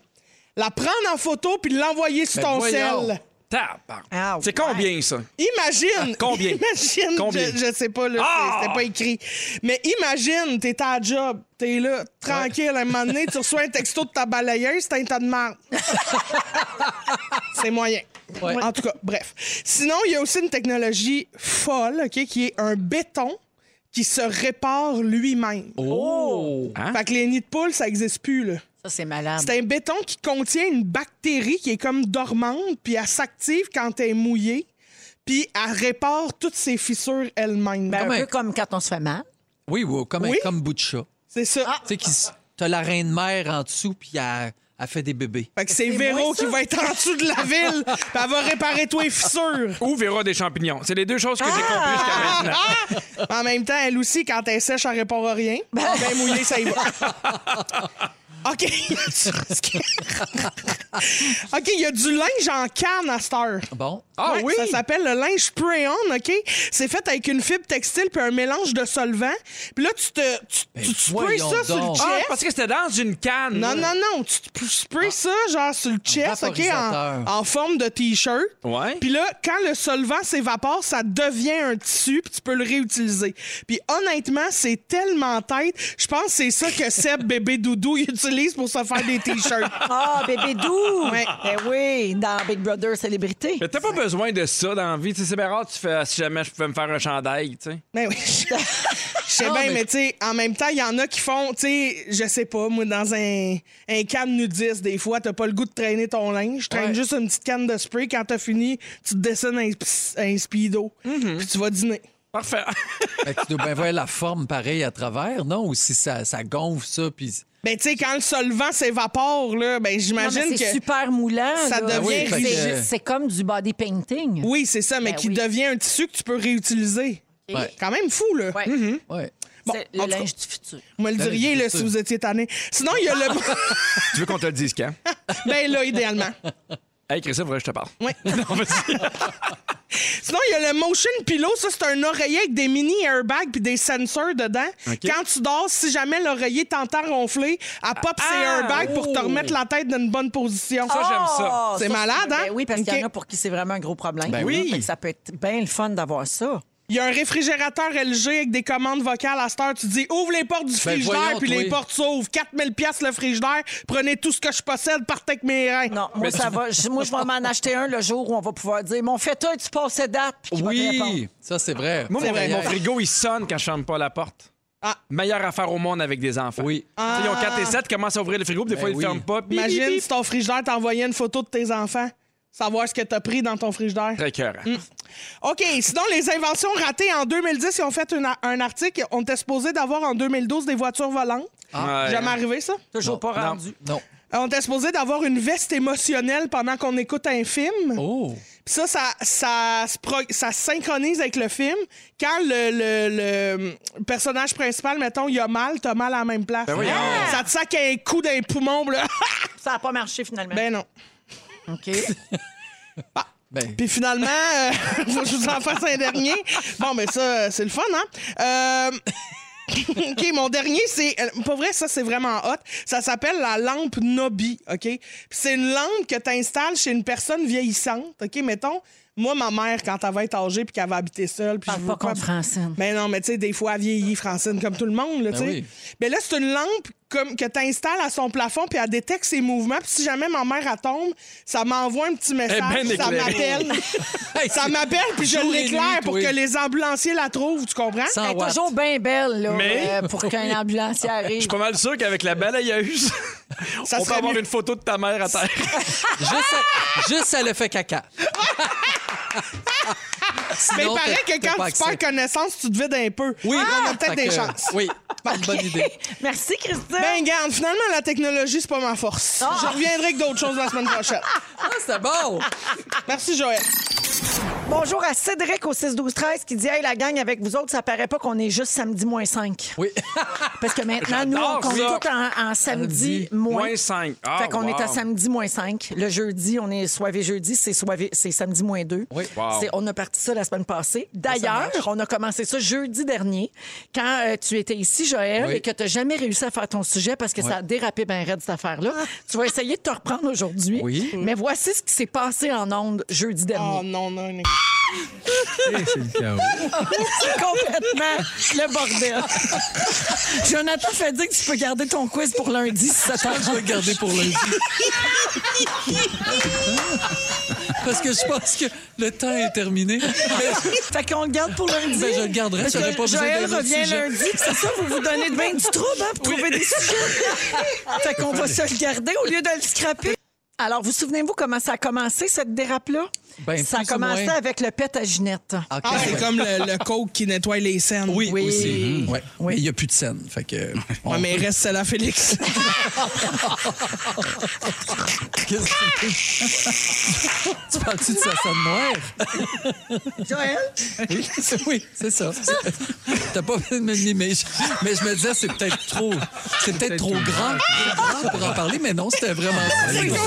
la prendre en photo puis l'envoyer sur
Ben
ton
voyons.
sel.
Tabarnak.
Ah,
C'est
ouais.
combien, ça?
Imagine!
Ah, combien?
Imagine!
Combien?
Je, je sais pas, là,
Ah!
c'est- c'était pas écrit. Mais imagine, t'es à la job, t'es là, tranquille, à un moment donné, tu reçois un texto de ta balayeuse, t'as un tas de marde. c'est moyen.
Ouais.
En tout cas, bref. Sinon, il y a aussi une technologie folle, OK, qui est un béton qui se répare lui-même.
Oh!
Hein?
Fait que les nids de poules, ça existe plus, là.
Ça, c'est malade.
C'est un béton qui contient une bactérie qui est comme dormante, puis elle s'active quand elle est mouillée, puis elle répare toutes ses fissures elle-même.
Ben, un
Comment-
peu comme quand on se fait mal.
Oui, oui, comme, un-
Oui?
comme bout de chat.
c'est ça.
Tu sais, qui s- t'as la reine mère en dessous, puis elle, elle fait des bébés.
Fait que c'est
C'est
Véro
moi, ça.
qui va être en dessous de la ville, puis elle va réparer tous les fissures.
Ou verra des champignons. C'est les deux choses que j'ai compris jusqu'à maintenant.
En même temps, elle aussi, quand elle est sèche, elle répare à rien. Ben mouillée, ça y va. OK. OK, il y a du linge en canne à cette heure.
Bon.
Ouais, Ça s'appelle le linge spray-on, OK? C'est fait avec une fibre textile puis un mélange de solvant. Puis là, tu te tu,
Ben
tu te sprays
voyons
ça sur le
donc.
Ah,
chest.
parce que c'était dans une canne.
non, non, non. Tu te p- sprays ça, genre, sur le chest, OK, en,
vaporisateur.
en forme de T-shirt.
Ouais.
Puis là, quand le solvant s'évapore, ça devient un tissu, puis tu peux le réutiliser. Puis honnêtement, c'est tellement tête. Je pense que c'est ça que Seb Bébé Doudou il utilise pour se faire des T-shirts.
Ah, bébé doux!
Ouais.
Ben oui, dans Big Brother Célébrité.
Mais t'as pas besoin de ça dans la vie. Tu sais, c'est bien rare, tu fais ah, si jamais je pouvais me faire un chandail, tu sais.
Ben oui. Je sais bien, mais, tu sais, en même temps, il y en a qui font, tu sais, je sais pas, moi, dans un, un canne nudiste, des fois, t'as pas le goût de traîner ton linge. Traîne
Ouais.
juste une petite canne de spray. Quand t'as fini, tu te dessines un, sp- un speedo.
Mm-hmm.
Puis tu vas dîner.
Parfait.
Fait que tu dois bien voir la forme pareille à travers, non? Ou si ça, ça gonfle ça, puis...
Ben, tu sais, quand le solvant s'évapore, là, ben,
Non, mais
j'imagine que.
c'est super moulant.
ça
là.
devient
C'est-
rigide.
C'est comme du body painting.
Oui, c'est ça, mais
Ben
qui
oui.
devient un tissu que tu peux réutiliser.
Ouais.
Quand même fou, là.
Ouais.
Ouais.
C'est
en
le
tout cas-
linge du futur.
Vous me le
Ben,
diriez, là,
c'est
si
sûr.
vous étiez tanné. Sinon, il y a le.
tu veux qu'on te le dise quand?
ben, là, idéalement.
Hey, Christophe, faudrait que je te parle.
Oui.
Non, vas-y.
Sinon, il y a le motion pillow. Ça, c'est un oreiller avec des mini airbags puis des sensors dedans. Quand tu dors, si jamais l'oreiller t'entend ronfler, elle pop ses
Ah!
airbags pour te
Oh!
remettre la tête dans une bonne position.
Ça, j'aime ça.
Ah,
C'est malade, hein?
ben oui, parce qu'il y
Ok.
en a pour qui c'est vraiment un gros problème.
Ben
oui.
Fait que ça peut être bien le fun d'avoir ça.
Il y a un réfrigérateur LG avec des commandes vocales à cette heure. Tu dis ouvre les
Ben,
portes du frigidaire
voyons,
puis les
toi.
portes s'ouvrent. 4000 pièces le frigidaire. Prenez tout ce que je possède, partez avec mes reins.
Non, moi, ça va. Je- Moi, je vais m'en acheter un le jour où on va pouvoir dire Mon feta, tu passes cette date. Puis qu'il va te répondre.
Oui, ça, c'est vrai.
Moi,
C'est
mon,
vrai.
mon frigo, il sonne quand je ferme pas la porte.
Ah.
Meilleure affaire au monde avec des enfants.
Oui.
Tu sais, Ils ont 4 et 7, commencent à ouvrir le frigo, puis des
Ben
fois, ils le
oui.
ferment pas. Bip, bip,
Imagine
bip.
si ton frigidaire t'envoyait une photo de tes enfants. Savoir ce que t'as pris dans ton frigidaire.
Très cœur. hein.
Mm. OK, sinon, les inventions ratées en 2010, ils ont fait une a- un article. On était supposé d'avoir en 2012 des voitures volantes.
Ah, Ouais.
Ah. Jamais arrivé, ça?
Toujours pas rendu.
Non.
On était supposé d'avoir une veste émotionnelle pendant qu'on écoute un film.
Oh!
Puis ça, ça, ça, se pro- ça se synchronise avec le film. Quand le, le- le personnage principal, mettons, il a mal, t'as mal à la même place.
Ben voyons.
Ça te sac un coup d'un poumon, là.
Ça n'a pas marché finalement.
ben non.
OK.
Ben,
Puis finalement, euh, faut que je vous en fasse un dernier. Bon, mais ça, euh, c'est le fun, hein? Euh, OK, mon dernier, c'est... euh, Pas vrai, ça, c'est vraiment hot. Ça s'appelle la lampe Nobi, OK? Puis c'est une lampe que tu installes chez une personne vieillissante, OK? Mettons, moi, ma mère, quand elle va être âgée puis qu'elle va habiter seule... puis
Parle
je
pas
veux pas-
contre Francine.
mais Ben non, mais tu sais, des fois, elle vieillit, Francine, comme tout le monde. Là, tu sais.
Ben oui.
Mais là, c'est une lampe comme que tu installes à son plafond, puis elle détecte ses mouvements. Puis si jamais ma mère elle tombe, ça m'envoie un petit message.
ben
ça
éclairée.
m'appelle.
Eh Hey,
ça
c'est-
m'appelle, puis je
Jour et
l'éclaire
nuit,
pour
toi.
que les ambulanciers la trouvent, tu comprends?
100
Elle est
watts.
toujours bien belle, là,
Mais-
euh, pour qu'un ambulancier
Je suis
arrive.
pas mal sûr qu'avec la balayeuse, on
Ça
peut
serait
avoir
mieux.
une photo de ta mère à terre.
Juste, à- juste, elle a fait caca.
Mais
Sinon,
il paraît
t'as-
que
t'as
quand
pas
tu perds
accès.
connaissance, tu te vides un peu. Ah,
Oui,
on a peut-être
Fait
des
que-
chances.
Oui, bonne idée.
Merci, Christine.
Ben, garde, finalement, la technologie, c'est pas ma force. Je reviendrai avec d'autres choses la semaine prochaine.
Ah, c'est bon!
Merci, Joël.
Bonjour à Cédric au 6-12-13 qui dit Hey, la gang, avec vous autres, ça paraît pas qu'on est juste samedi moins 5.
Oui.
Parce que maintenant, nous, on
J'adore
compte
ça.
tout en, en samedi moins.
Moins 5. Ah,
fait qu'on
wow.
est à samedi moins 5. Le jeudi, on est soivé jeudi, c'est soivé, c'est samedi moins 2.
Oui.
Wow.
on a parti ça la semaine passée. D'ailleurs, on a commencé ça jeudi dernier, quand euh, tu étais ici, Joël,
Oui.
et que tu n'as jamais réussi à faire ton sujet parce que ça a dérapé bien raide, cette affaire-là.
Ah.
Tu vas essayer de te reprendre aujourd'hui.
Oui.
Mais voici ce qui s'est passé en ondes jeudi dernier.
Oh non, non, non.
C'est complètement le bordel. Jonathan fait dire que tu peux garder ton quiz pour lundi si ça
Je
t'arrange.
vais le garder pour lundi. Parce que je pense que le temps est terminé.
Fait qu'on le garde pour lundi.
Ben, je le garderai,
Parce
ça
que
aurait pas besoin
Joël
d'un autre
revient
sujet.
lundi. C'est ça, vous vous donnez de bien du trouble hein, pour trouver des sujets. fait qu'on va se le garder au lieu de le scraper. Alors, vous souvenez-vous comment ça a commencé, cette dérape-là?
Ben,
ça a
plus ou moins.
commencé avec le pet à Ginette.
Ah,
Ah, c'est comme le, le coke qui nettoie les scènes.
Oui,
Oui.
aussi. Ouais.
Oui.
Mais il n'y a plus de scène. Fait que. on-
Ouais, mais reste celle-là, Félix.
Qu'est-ce que tu parles-tu de sa scène noire?
Joël?
Oui, c'est- oui, c'est ça. T'as pas besoin de me le mimer. Je- Mais je me disais, c'est peut-être trop. C'est peut-être trop grand trop grand pour en parler, mais non, c'était vraiment.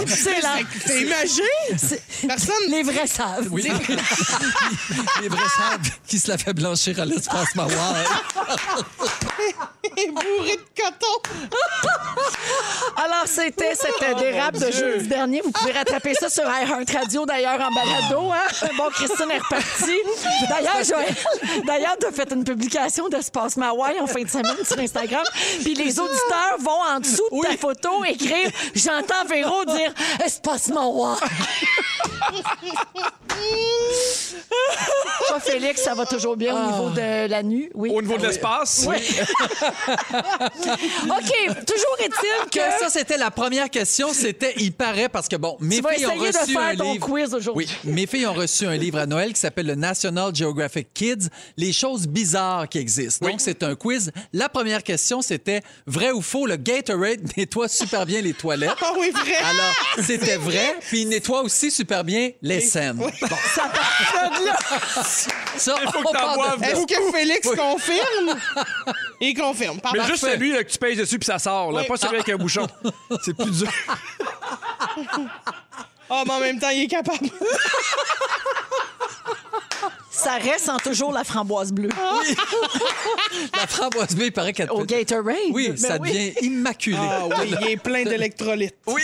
C'est là.
T'imagines? Personne.
Les vrais savent.
Oui. Les vrais sables qui se la fait blanchir à l'espace mawar.
est bourré de coton.
Alors, c'était
Oh,
cette dérape de jeudi dernier. Vous pouvez rattraper ça sur iHeartRadio, d'ailleurs, en balado. Hein? Bon, Christine est repartie. D'ailleurs, Joël, d'ailleurs, tu as fait une publication d'Espace Mawaï en fin de semaine sur Instagram. Puis les auditeurs vont en dessous de ta photo écrire « J'entends Véro dire Espace Mawaï ». Toi, Félix, ça va toujours bien au niveau de la nuit? Ah Oui.
Ah. Au niveau de l'espace,
OK, toujours est-il que...
que ça, c'était la première question. C'était, il paraît, parce que bon, mes
Tu vas
filles ont
essayer de
reçu
faire
un
ton
livre.
quiz aujourd'hui.
Oui, mes filles ont reçu un livre à Noël qui s'appelle le National Geographic Kids, les choses bizarres qui existent. Donc, c'est un quiz. La première question, c'était vrai ou faux, le Gatorade nettoie super bien les toilettes.
Ah oui, vrai.
Alors, c'était vrai, puis il nettoie aussi super bien les scènes. Bon,
Ça part de là.
ça,
Il faut
on
que t'en
part de-
boives.
Est-ce que Félix confirme? Il confirme. Pardon.
mais juste
Parfait.
celui là, que tu pèses dessus puis ça sort, là,
Oui.
pas celui avec un bouchon. C'est plus dur.
Ah, mais en même temps, il est capable.
Ça reste en toujours la framboise bleue.
La framboise bleue, il paraît qu'elle...
Au Gatorade.
Oui,
Ben
ça devient immaculé.
Ah oui, il est plein d'électrolytes.
oui.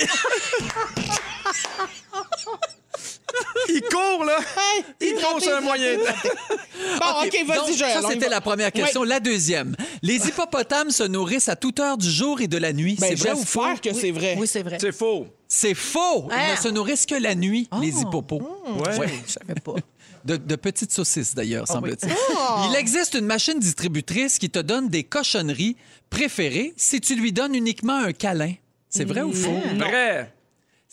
Il court, là. Il court sur un moyen temps.
Bon, OK,
Donc,
vas-y, Joël.
Ça,
on y
c'était
va.
la première question. La deuxième. Les hippopotames se nourrissent à toute heure du jour et de la nuit.
Ben,
c'est vrai ou faux?
J'espère que c'est vrai.
Oui, c'est vrai.
C'est faux.
C'est faux! Ils
Hein?
Ah.
ne se nourrissent que la nuit,
Ah.
les hippopos.
Hmm.
Ouais.
Ouais. De, de petites saucisses,
Ah
d'ailleurs, semble-t-il.
Oh!
Il existe une machine distributrice qui te donne des cochonneries préférées si tu lui donnes uniquement un câlin. C'est vrai ou faux?
Vrai.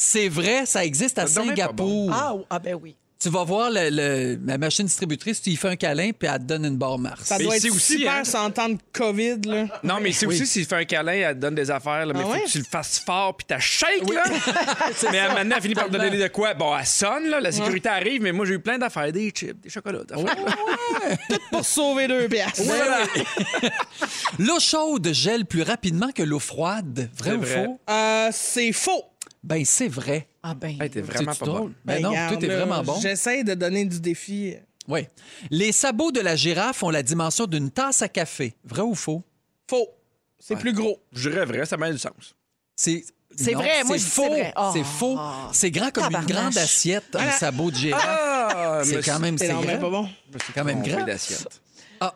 C'est vrai, ça existe à
Ça donne même pas
Singapour.
Ah, ou- ah ben oui.
tu vas voir le- le- la machine distributrice, tu y fais un câlin, puis elle te donne une barre Mars.
Ça
Mais
doit
c'est
être
aussi,
super
hein.
sans temps de COVID, là.
Non, mais c'est
Oui.
aussi s'il fait un câlin, elle te donne des affaires, là, mais
Ah
faut
ouais?
que tu le fasses fort puis t'as shake, là. mais elle, maintenant, elle finit par te
Tellement.
donner de quoi? Bon, elle sonne, là, la sécurité arrive, mais moi, j'ai eu plein d'affaires, des chips, des chocolats. d'affaires.
Pour sauver deux piastres.
Voilà.
L'eau chaude gèle plus rapidement que l'eau froide. Vrai
C'est
ou
vrai.
faux?
Euh, c'est faux.
Ben, c'est vrai.
Ah ben.
Hey, t'es vraiment
C'est-tu
pas bon.
drôle? Ben, non,
regarde,
tout est
là,
vraiment bon.
J'essaie de donner du défi.
Oui. Les sabots de la girafe ont la dimension d'une tasse à café. Vrai ou faux?
Faux. C'est plus gros.
Je dirais vrai, ça m'a du sens.
C'est
C'est
non,
vrai, moi,
c'est
je dis
faux.
c'est vrai. Oh.
C'est faux. C'est grand comme une
Tabarnache.
grande assiette, un sabot de girafe.
Ah,
c'est quand même
C'est
c'est
non, mais
grand.
pas bon.
C'est quand même grand.
d'assiette.
Ah.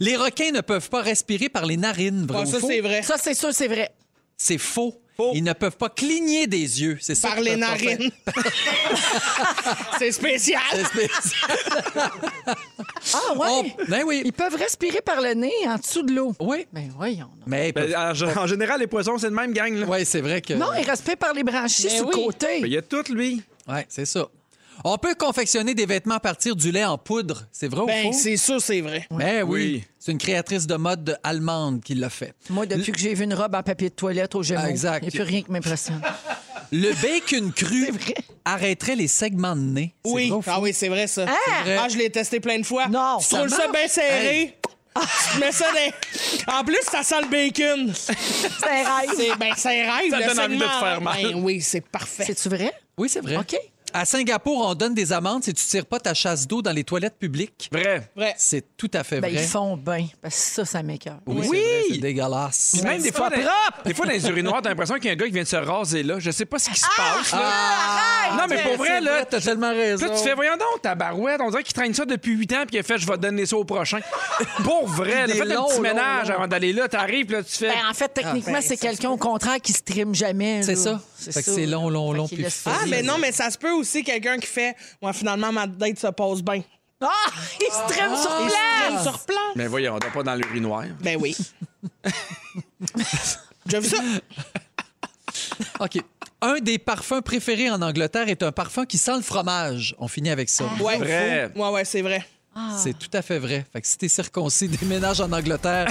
Les requins ne peuvent pas respirer par les narines, vrai
Ah,
ou
ça,
faux?
c'est vrai.
Ça, c'est sûr, c'est vrai.
C'est faux.
Faux.
Ils ne peuvent pas cligner des yeux. C'est ça
Par
qu'ils
les
peuvent pas faire.
narines. c'est spécial.
Ah ouais?
On- Ben oui.
Ils peuvent respirer par le nez en dessous de l'eau.
Oui.
Mais voyons. donc.
Mais
Ben,
ils peuvent-
en, en général, les poissons, c'est le même gang, là.
ouais, c'est vrai que.
Non, ils respirent par les branchies
Mais
sous
oui.
côté.
Mais il Ben, y a tout, lui.
Ouais, c'est ça. On peut confectionner des vêtements à partir du lait en poudre. C'est vrai ou
Ben,
faux?
c'est sûr, c'est vrai.
Ben oui.
Oui.
C'est une créatrice de mode de- allemande qui l'a fait.
Moi, depuis que j'ai vu une robe en papier de toilette au Gémeaux,
Ah,
il n'y a
exact.
plus rien qui m'impressionne.
Le bacon cru
vrai.
arrêterait les segments de nez. C'est
Oui.
vrai ou faux?
Ah oui, c'est vrai, ça.
C'est vrai.
Ah, je l'ai testé plein de fois.
Non,
Tu
ça
trouves ça
marche.
bien serré. Tu mets ça dans... En plus, ça sent le bacon.
C'est un rêve.
C'est ben, c'est un rêve.
Ça
le
donne envie de te
segment.
faire mal.
Ben oui, c'est parfait.
C'est-tu vrai?
Oui, c'est vrai.
OK.
À Singapour, on donne des amendes si tu tires pas ta chasse d'eau dans les toilettes publiques.
Vrai.
Vrai.
C'est tout à fait
Ben,
vrai.
ils font bien. Parce que ça, ça m'écoeure.
Oui,
Oui.
c'est vrai, c'est dégueulasse.
Puis même des fois, Ben, dans, des fois, dans les urinoirs, t'as l'impression qu'il y a un gars qui vient de se raser, là. Je sais pas ce qui se passe, là. non, mais pour vrai, là,
t'as tellement raison.
Là, tu fais, voyons donc, ta barouette, on dirait qu'il traîne ça depuis 8 ans, puis il a fait, je vais te donner ça au prochain. Pour vrai, là,
Des
faites un
longs,
petit
longs,
ménage
longs.
avant d'aller là, t'arrives, puis là, tu fais.
Ben, en fait, techniquement, c'est quelqu'un au contraire qui se trime jamais.
C'est
là.
ça. Fait que c'est long, long,
Fait
long,
qu'il
puis
laisse
Ah,
Ah,
faire.
mais non, mais ça se peut aussi quelqu'un qui fait Moi, finalement, ma date se passe bien.
Ah! Il se trime sur
Il se
place!
traîne sur place.
Mais voyons, on pas dans l'urinoir.
Ben oui. J'ai vu ça.
OK. Un des parfums préférés en Angleterre est un parfum qui sent le fromage. On finit avec
Ah.
ça.
Ouais,
Vrai.
Ouais, ouais, c'est vrai.
C'est tout à fait vrai. Fait que si t'es circoncis, déménage en Angleterre,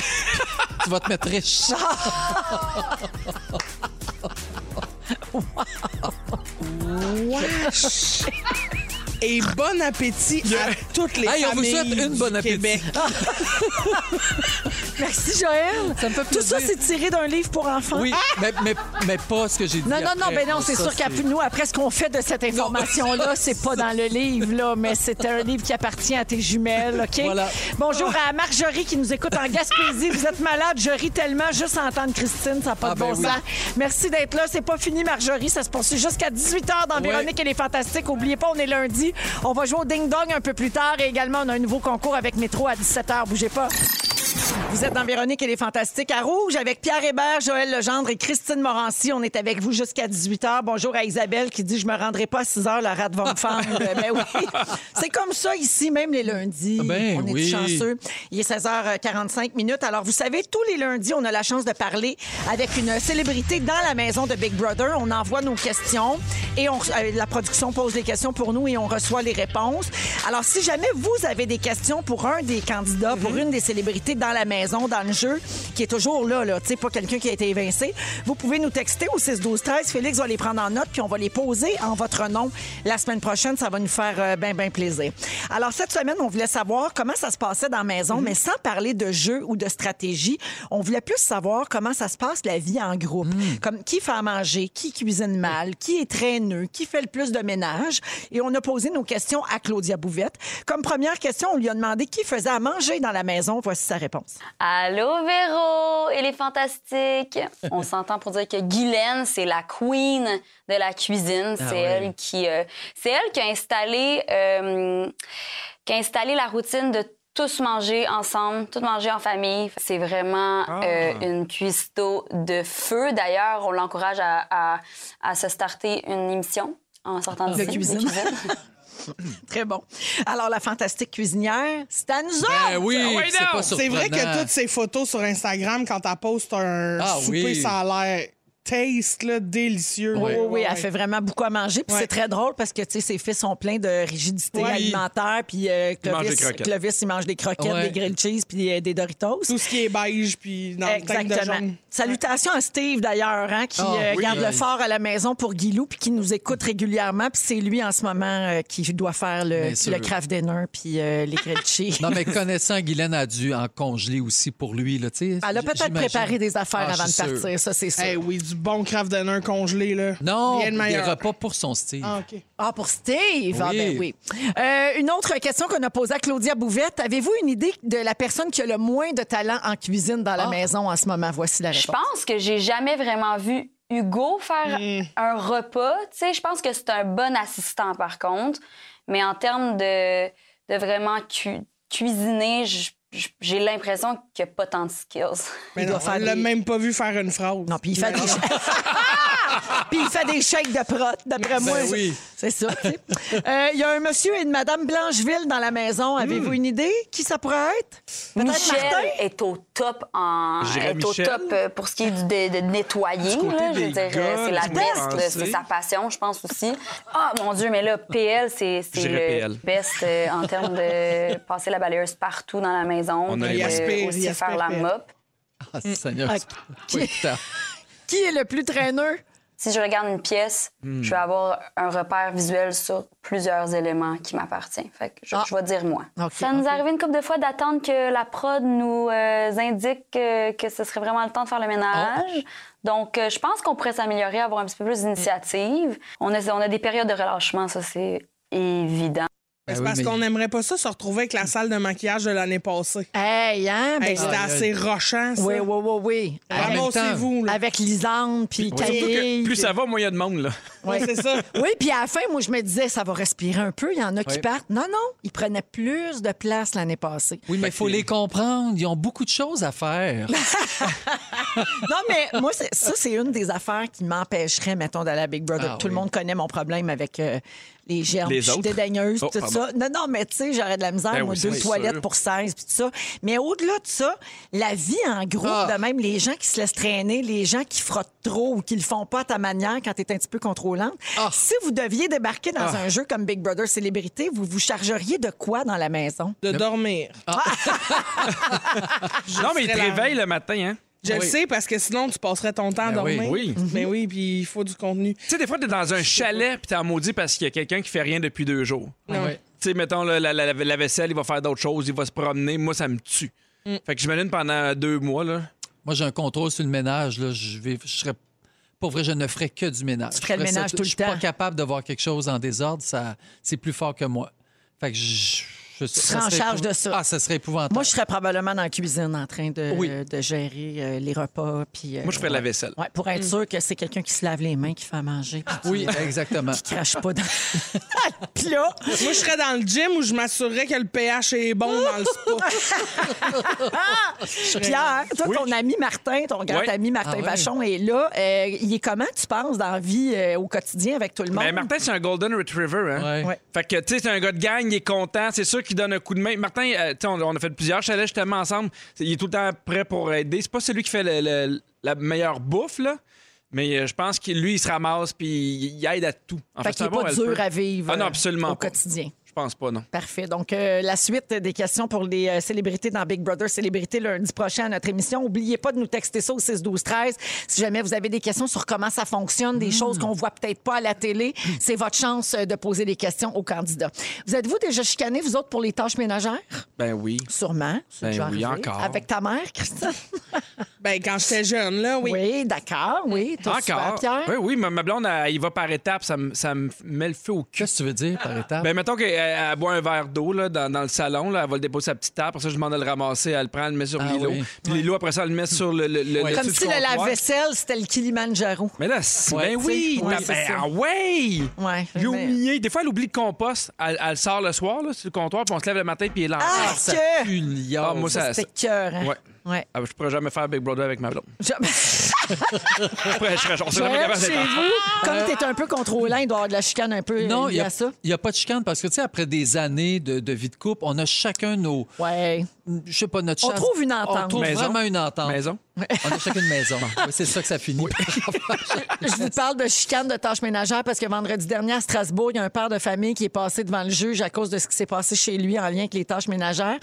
tu vas te mettre riche.
Et bon appétit à toutes les
Hey, on vous
familles
souhaite une
du
bonne appétit.
Québec.
Merci, Joël.
Ça me fait
Tout ça,
plaisir.
c'est tiré d'un livre pour enfants.
Oui, mais, mais, mais pas ce que j'ai dit.
Non, non, non,
après. Oh,
ben non, c'est
Ça,
sûr qu'après nous, après ce qu'on fait de cette information-là, c'est pas dans le livre, là, mais c'est un livre qui appartient à tes jumelles, OK?
Voilà.
Bonjour à Marjorie qui nous écoute en Gaspésie. Vous êtes malade, je ris tellement juste à entendre Christine, ça n'a pas
Ah,
de
ben
bon
oui.
sens. Merci d'être là. C'est pas fini, Marjorie. Ça se poursuit jusqu'à 18 h dans
Ouais.
Véronique et les Fantastiques. Oubliez pas, on est lundi. On va jouer au ding-dong un peu plus tard et également, on a un nouveau concours avec Métro à 17 h. Bougez pas. Vous êtes dans Véronique et les Fantastiques à Rouge avec Pierre Hébert, Joël Legendre et Christine Morancy. On est avec vous jusqu'à 18h. Bonjour à Isabelle qui dit Je me rendrai pas à 6h, la rate va me fendre. ben oui. C'est comme ça ici, même les lundis.
Ben
on est
oui.
chanceux. Il est 16h45 minutes. Alors, vous savez, tous les lundis, on a la chance de parler avec une célébrité dans la maison de Big Brother. On envoie nos questions et on, euh, la production pose les questions pour nous et on reçoit les réponses. Alors, si jamais vous avez des questions pour un des candidats,
Mhm.
pour une des célébrités dans la maison, dans le jeu, qui est toujours là, là, tu sais, pas quelqu'un qui a été évincé, vous pouvez nous texter au 6 12 13 Félix va les prendre en note puis on va les poser en votre nom la semaine prochaine. Ça va nous faire euh, ben, ben plaisir. Alors, cette semaine, on voulait savoir comment ça se passait dans la maison, mais sans parler de jeu ou de stratégie. On voulait plus savoir comment ça se passe la vie en groupe. Comme qui fait à manger, qui cuisine mal, qui est traîneux, qui fait le plus de ménage. Et on a posé nos questions à Claudia Bouvette. Comme première question, on lui a demandé qui faisait à manger dans la maison. Voici sa réponse.
Allô Véro, elle est fantastique. On s'entend pour dire que Guylaine, c'est la queen de la cuisine.
Ah
C'est elle qui, euh, c'est elle qui a installé, euh, qui a installé la routine de tous manger ensemble, tous manger en famille. C'est vraiment
Ah.
euh, une cuistot de feu. D'ailleurs, on l'encourage à, à- à se starter une émission en sortant
Ah. De
d'ici, de
cuisine. Très bon. Alors, la fantastique cuisinière, c'est à nous autres!
Ben oui,
Ouais,
c'est
non.
pas
C'est
surprenant.
C'est vrai que toutes ces photos sur Instagram, quand elle poste un
Ah
souper,
oui.
ça a l'air taste là, délicieux.
Oui, oui, oui, elle fait vraiment beaucoup à manger. Puis c'est très drôle parce que, tu sais, ses fils ont plein de rigidité
Oui.
alimentaire. Puis euh,
Ils mangent des
Clovis,
croquettes.
Clovis, il mange des croquettes,
Ouais.
des grilled cheese, puis euh, des Doritos.
Tout ce qui est beige, puis dans le tank de
Exactement.
jaune.
Salutations à Steve, d'ailleurs, hein, qui
Ah,
euh,
oui.
garde le
Oui.
fort à la maison pour Guilou, puis qui nous écoute régulièrement. Puis c'est lui, en ce moment, euh, qui doit faire le,
Bien sûr.
le craft dinner, puis euh, les grilled cheese.
Non, mais connaissant, Guylaine a dû en congeler aussi pour lui. Là, tu sais,
Elle a peut-être
j'imagine.
préparé des affaires
Ah,
avant de
je suis
partir,
sûr.
ça, c'est sûr.
Eh oui, du bon craft dinner congelé, là.
Non,
Rien de
des
meilleur.
repas pour son style.
Ah, OK.
Ah, pour Steve! Ah,
Oui.
ben oui. Euh, une autre question qu'on a posée à Claudia Bouvette. Avez-vous une idée de la personne qui a le moins de talent en cuisine dans la maison en ce moment? Voici la réponse.
Je pense que j'ai jamais vraiment vu Hugo faire un repas. Tu sais, je pense que c'est un bon assistant, par contre. Mais en termes de, de vraiment cu- cuisiner, je- je- j'ai l'impression qu'il n'y a pas tant de skills.
Mais non, on l'a même pas vu faire une phrase. Non,
puis il fait des Ah! Puis il fait des shakes de prot, d'après moi.
Ben
oui.
C'est ça. tu sais. Euh, Il y a un monsieur et une madame Blancheville dans la maison. Avez-vous une idée qui ça pourrait être? Peut-être
Michel
Martin?
est au top en
J'irais
est au
Michel.
top euh, pour ce qui est du- de, de nettoyer.
Du côté
là, je veux
des
dire, euh,
gars,
c'est la
je
best,
pensais.
là, c'est sa passion, je pense aussi. Ah mon Dieu, mais là, PL, c'est c'est le
J'irais PL.
best euh, en termes de passer la balayeuse partout dans la maison,
On a
puis
les
de
aspects,
aussi
les
faire
aspects
la
PL.
mop.
Ah, Seigneur,
Ah,
c'est pas évident.
Qui est le plus traîneux?
Si je regarde une pièce,
Hmm.
je vais avoir un repère visuel sur plusieurs éléments qui m'appartiennent. Fait que je, je vais dire moi. Ça nous est arrivé une couple de fois d'attendre que la prod nous euh, indique que, que ce serait vraiment le temps de faire le ménage. Donc, euh, je pense qu'on pourrait s'améliorer, avoir un petit peu plus d'initiative. On a, on a des périodes de relâchement, ça, c'est évident.
C'est parce qu'on n'aimerait pas ça se retrouver avec la salle de maquillage de l'année passée.
Hey, hein? ben-
Hey, C'était
Ah,
Aïe,
assez
aïe.
rochant, ça.
Oui, oui, oui, oui.
Ah, en même temps. Ramassez-vous,
Avec Lisande, puis
Surtout que
Camille.
plus ça va, moins il y a de monde. Là.
Oui, Oui, puis à la fin, moi, je me disais, ça va respirer un peu. Il y en a qui
Oui.
partent. Non, non, ils prenaient plus de place l'année passée.
Oui, mais il faut les comprendre. Ils ont beaucoup de choses à faire.
Non, mais moi, c'est- ça, c'est une des affaires qui m'empêcherait, mettons, d'aller à Big Brother.
Ah
tout le
oui.
monde connaît mon problème avec euh, les germes.
Les
puis Je suis
autres.
dédaigneuse,
Oh,
puis tout
pardon.
ça. Non, non, mais tu sais, j'aurais de la misère,
Ben
moi,
oui,
deux
c'est
toilettes
sûr.
pour 16, puis tout ça. Mais au-delà de ça, la vie en groupe,
Ah.
de même, les gens qui se laissent traîner, les gens qui frottent trop ou qui le font pas à ta manière quand t'es un petit peu contrôlante.
Ah.
Si vous deviez débarquer dans
Ah.
un jeu comme Big Brother Célébrité, vous vous chargeriez de quoi dans la maison?
Bah.
De dormir.
non, mais il te
serais la-
réveille le matin. Hein?
Je le
Oui.
sais parce que sinon, tu passerais ton temps à
Ben oui.
dormir.
Oui.
Mhm.
Mais oui, puis il faut du contenu.
Tu sais, des fois, t'es dans un chalet puis t'es en maudit parce qu'il y a quelqu'un qui fait rien depuis deux jours.
Ouais.
Tu sais, mettons, là, la, la- la vaisselle, il va faire d'autres choses, il va se promener. Moi, ça me tue.
Mm.
Fait que j'imagine pendant deux mois, là.
Moi, j'ai un contrôle sur le ménage. Là. Je, vais, je serais. Pour vrai, je ne ferais que du ménage. Tu
ferais le ménage tout le
Je suis pas capable de voir quelque chose en désordre. Ça, c'est plus fort que moi. Fait que je. je-
Tu
ça
serais en
serait
charge
épou-
de ça.
Ah, ça serait épouvantable.
Moi, je serais probablement dans la cuisine en train de,
Oui.
de gérer euh, les repas. Puis, euh,
Moi, je ferais de la vaisselle.
Ouais, pour
Mm.
être sûr que c'est quelqu'un qui se lave les mains, qui fait à manger. puis qui- euh,
Oui, exactement.
Qui crache pas dans. Puis
Moi, je serais dans le gym où je m'assurerais que le pH est bon dans le spa.
Pierre, toi, ton ami Martin, ton grand
Ouais.
ami Martin
Ah ouais.
Vachon est là. Euh, il est comment, tu penses, dans la vie euh, au quotidien avec tout le monde?
Ben, Martin, c'est un Golden Retriever. Hein?
Ouais.
Fait que, tu sais, c'est un gars de gang, il est content, c'est sûr qu'il donne un coup de main. Martin, euh, tu sais, on, on a fait plusieurs chalets justement ensemble. C'est- Il est tout le temps prêt pour aider. C'est pas celui qui fait le- le- la meilleure bouffe, là. Mais euh, je pense que lui, il se ramasse puis il, il aide à tout. En
Fait
c'est
qu'il
un
est pas
helper.
dur à vivre,
Ah non,
euh,
absolument
au
pas.
quotidien.
Je pense pas, non.
Parfait. Donc, euh, la suite des questions pour les euh, célébrités dans Big Brother Célébrité lundi prochain à notre émission. N'oubliez pas de nous texter ça au 6 12 13 si jamais vous avez des questions sur comment ça fonctionne, des choses
Hmm.
qu'on voit peut-être pas à la télé. C'est votre chance euh, de poser des questions aux candidats. Vous êtes-vous déjà chicané, vous autres, pour les tâches ménagères?
Ben oui.
Sûrement. C'est
Ben
déjà
oui,
arrivé.
encore.
Avec ta mère, Christophe?
Ben, quand j'étais jeune, là, oui.
Oui, d'accord, oui. Toi, souvent,
Encore.
Pierre?
Oui, oui, ma, ma blonde, elle, il va par étapes, ça me, ça me met le feu au cul.
Qu'est-ce que tu veux dire par étape?
Ben, mettons qu'elle elle boit un verre d'eau là, dans, dans le salon, là, elle va le déposer à la petite table, pour ça, je demande à le ramasser, elle le prend, elle le met sur
Ah
l'îlot.
oui.
Puis l'îlot, après ça, elle le met sur le. le, le- le
Comme
dessus
si
du
le
comptoir.
lave-vaisselle, c'était le Kilimanjaro.
Mais là, c'est-
Ouais,
ben
tu sais,
oui!
ouais,
t'as-
c'est
ben,
ça.
ah ouais!
Ouais,
J'ai
mais-
oublié. Des fois, elle oublie le compost. Elle, elle sort le soir là, sur le comptoir, puis on se lève le matin, puis elle est
Ah,
ça
que-
pue le liard. Ah, moi,
Ça,
ça.
c'était cœur, hein?
Ouais.
Ouais.
Ah, je pourrais jamais faire Big Brother avec ma blonde. Après, je serais, on serait jamais
Joël,
capable de
chez
faire.
vous, comme t'es un peu contrôlant, il doit y avoir de la chicane un peu
Euh,
euh,
Non,
liée
il n'y
à
a,
ça.
il y a pas de chicane parce que, tu sais, après des années de, de vie de couple, on a chacun nos,
Ouais.
je sais pas, notre
On
chance.
trouve une entente.
On trouve
Maison.
vraiment une entente.
Maison.
On a chacune une maison. Oui, c'est ça que ça finit.
Je vous parle de chicane de tâches ménagères parce que vendredi dernier à Strasbourg, il y a un père de famille qui est passé devant le juge à cause de ce qui s'est passé chez lui en lien avec les tâches ménagères.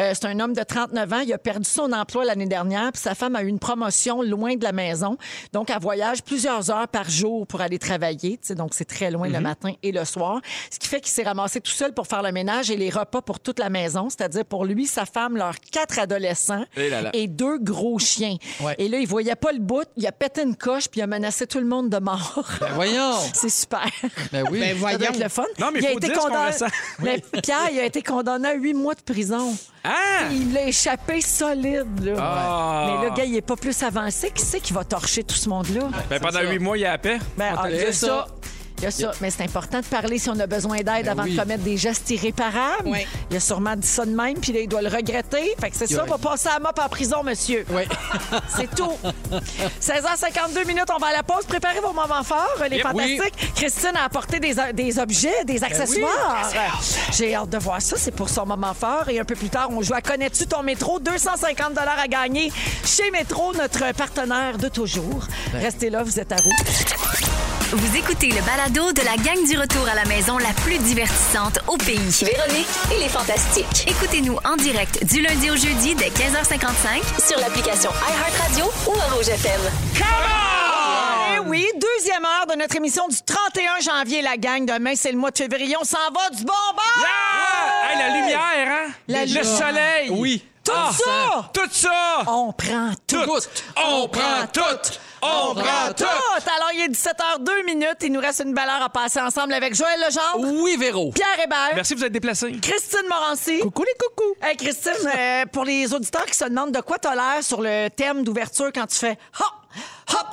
Euh, c'est un homme de 39 ans. Il a perdu son emploi l'année dernière, puis sa femme a eu une promotion loin de la maison. Donc, elle voyage plusieurs heures par jour pour aller travailler. tu sais, Donc, c'est très loin
Mhm.
le matin et le soir. Ce qui fait qu'il s'est ramassé tout seul pour faire le ménage et les repas pour toute la maison, c'est-à-dire pour lui, sa femme, leurs quatre adolescents
Et Eh là là.
et deux gros chiens. Et là, il voyait pas le bout, il a pété une coche, puis il a menacé tout le monde de mort.
Ben voyons.
C'est super.
Ben oui.
Ça doit être le fun.
Non, mais
il a
faut
été
dire ce qu'on
condamné-
ressent.
Mais Pierre, il a été condamné à huit mois de prison.
Ah!
Il l'a échappé solide, là.
Ah!
Mais le gars, il est pas plus avancé. Qui c'est qui va torcher tout ce monde-là?
Ben, pendant huit mois, il y a la paix.
Ben, ah, il y a
C'est
ça. Il y a ça. Mais c'est important de parler si on a besoin d'aide avant
oui.
de commettre des gestes irréparables.
Ouais.
Il a sûrement dit ça de même, puis là, il doit le regretter. Fait que c'est ça, on va passer à mop en prison, monsieur.
Oui.
C'est tout. 16h52 minutes, on va à la pause. Préparez vos moments forts, les
Yep.
fantastiques. Christine a apporté des, des objets, des accessoires. J'ai hâte de voir ça, c'est pour son moment fort. Et un peu plus tard, on joue à Connais-tu ton métro? 250 à gagner chez Métro, notre partenaire de toujours. Restez là, vous êtes à roue.
Vous écoutez le balado de la gang du retour à la maison la plus divertissante au pays.
Véronique et les Fantastiques.
Écoutez-nous en direct du lundi au jeudi dès 15h55
Sur l'application iHeartRadio ou à Rouge FM.
Eh oui, deuxième heure de notre émission du 31 janvier, la gang. Demain, c'est le mois de février. On s'en va du bon bord!
Ah! Hey, la lumière, hein?
La
le
lumière.
soleil.
Oui. Ah!
Tout
ça!
Tout ça!
On prend tout.
Tout. On prend tout. On prend
Tout!
tout.
Alors, il est 17h02 minutes. Il nous reste une belle heure à passer ensemble avec Joël Legendre,
Oui, Véro.
Pierre Hébert,
Merci, vous êtes déplacés.
Christine Morancy.
Coucou les coucous!
Hey, Christine, euh, pour les auditeurs qui se demandent de quoi t'as l'air sur le thème d'ouverture quand tu fais hop, hop,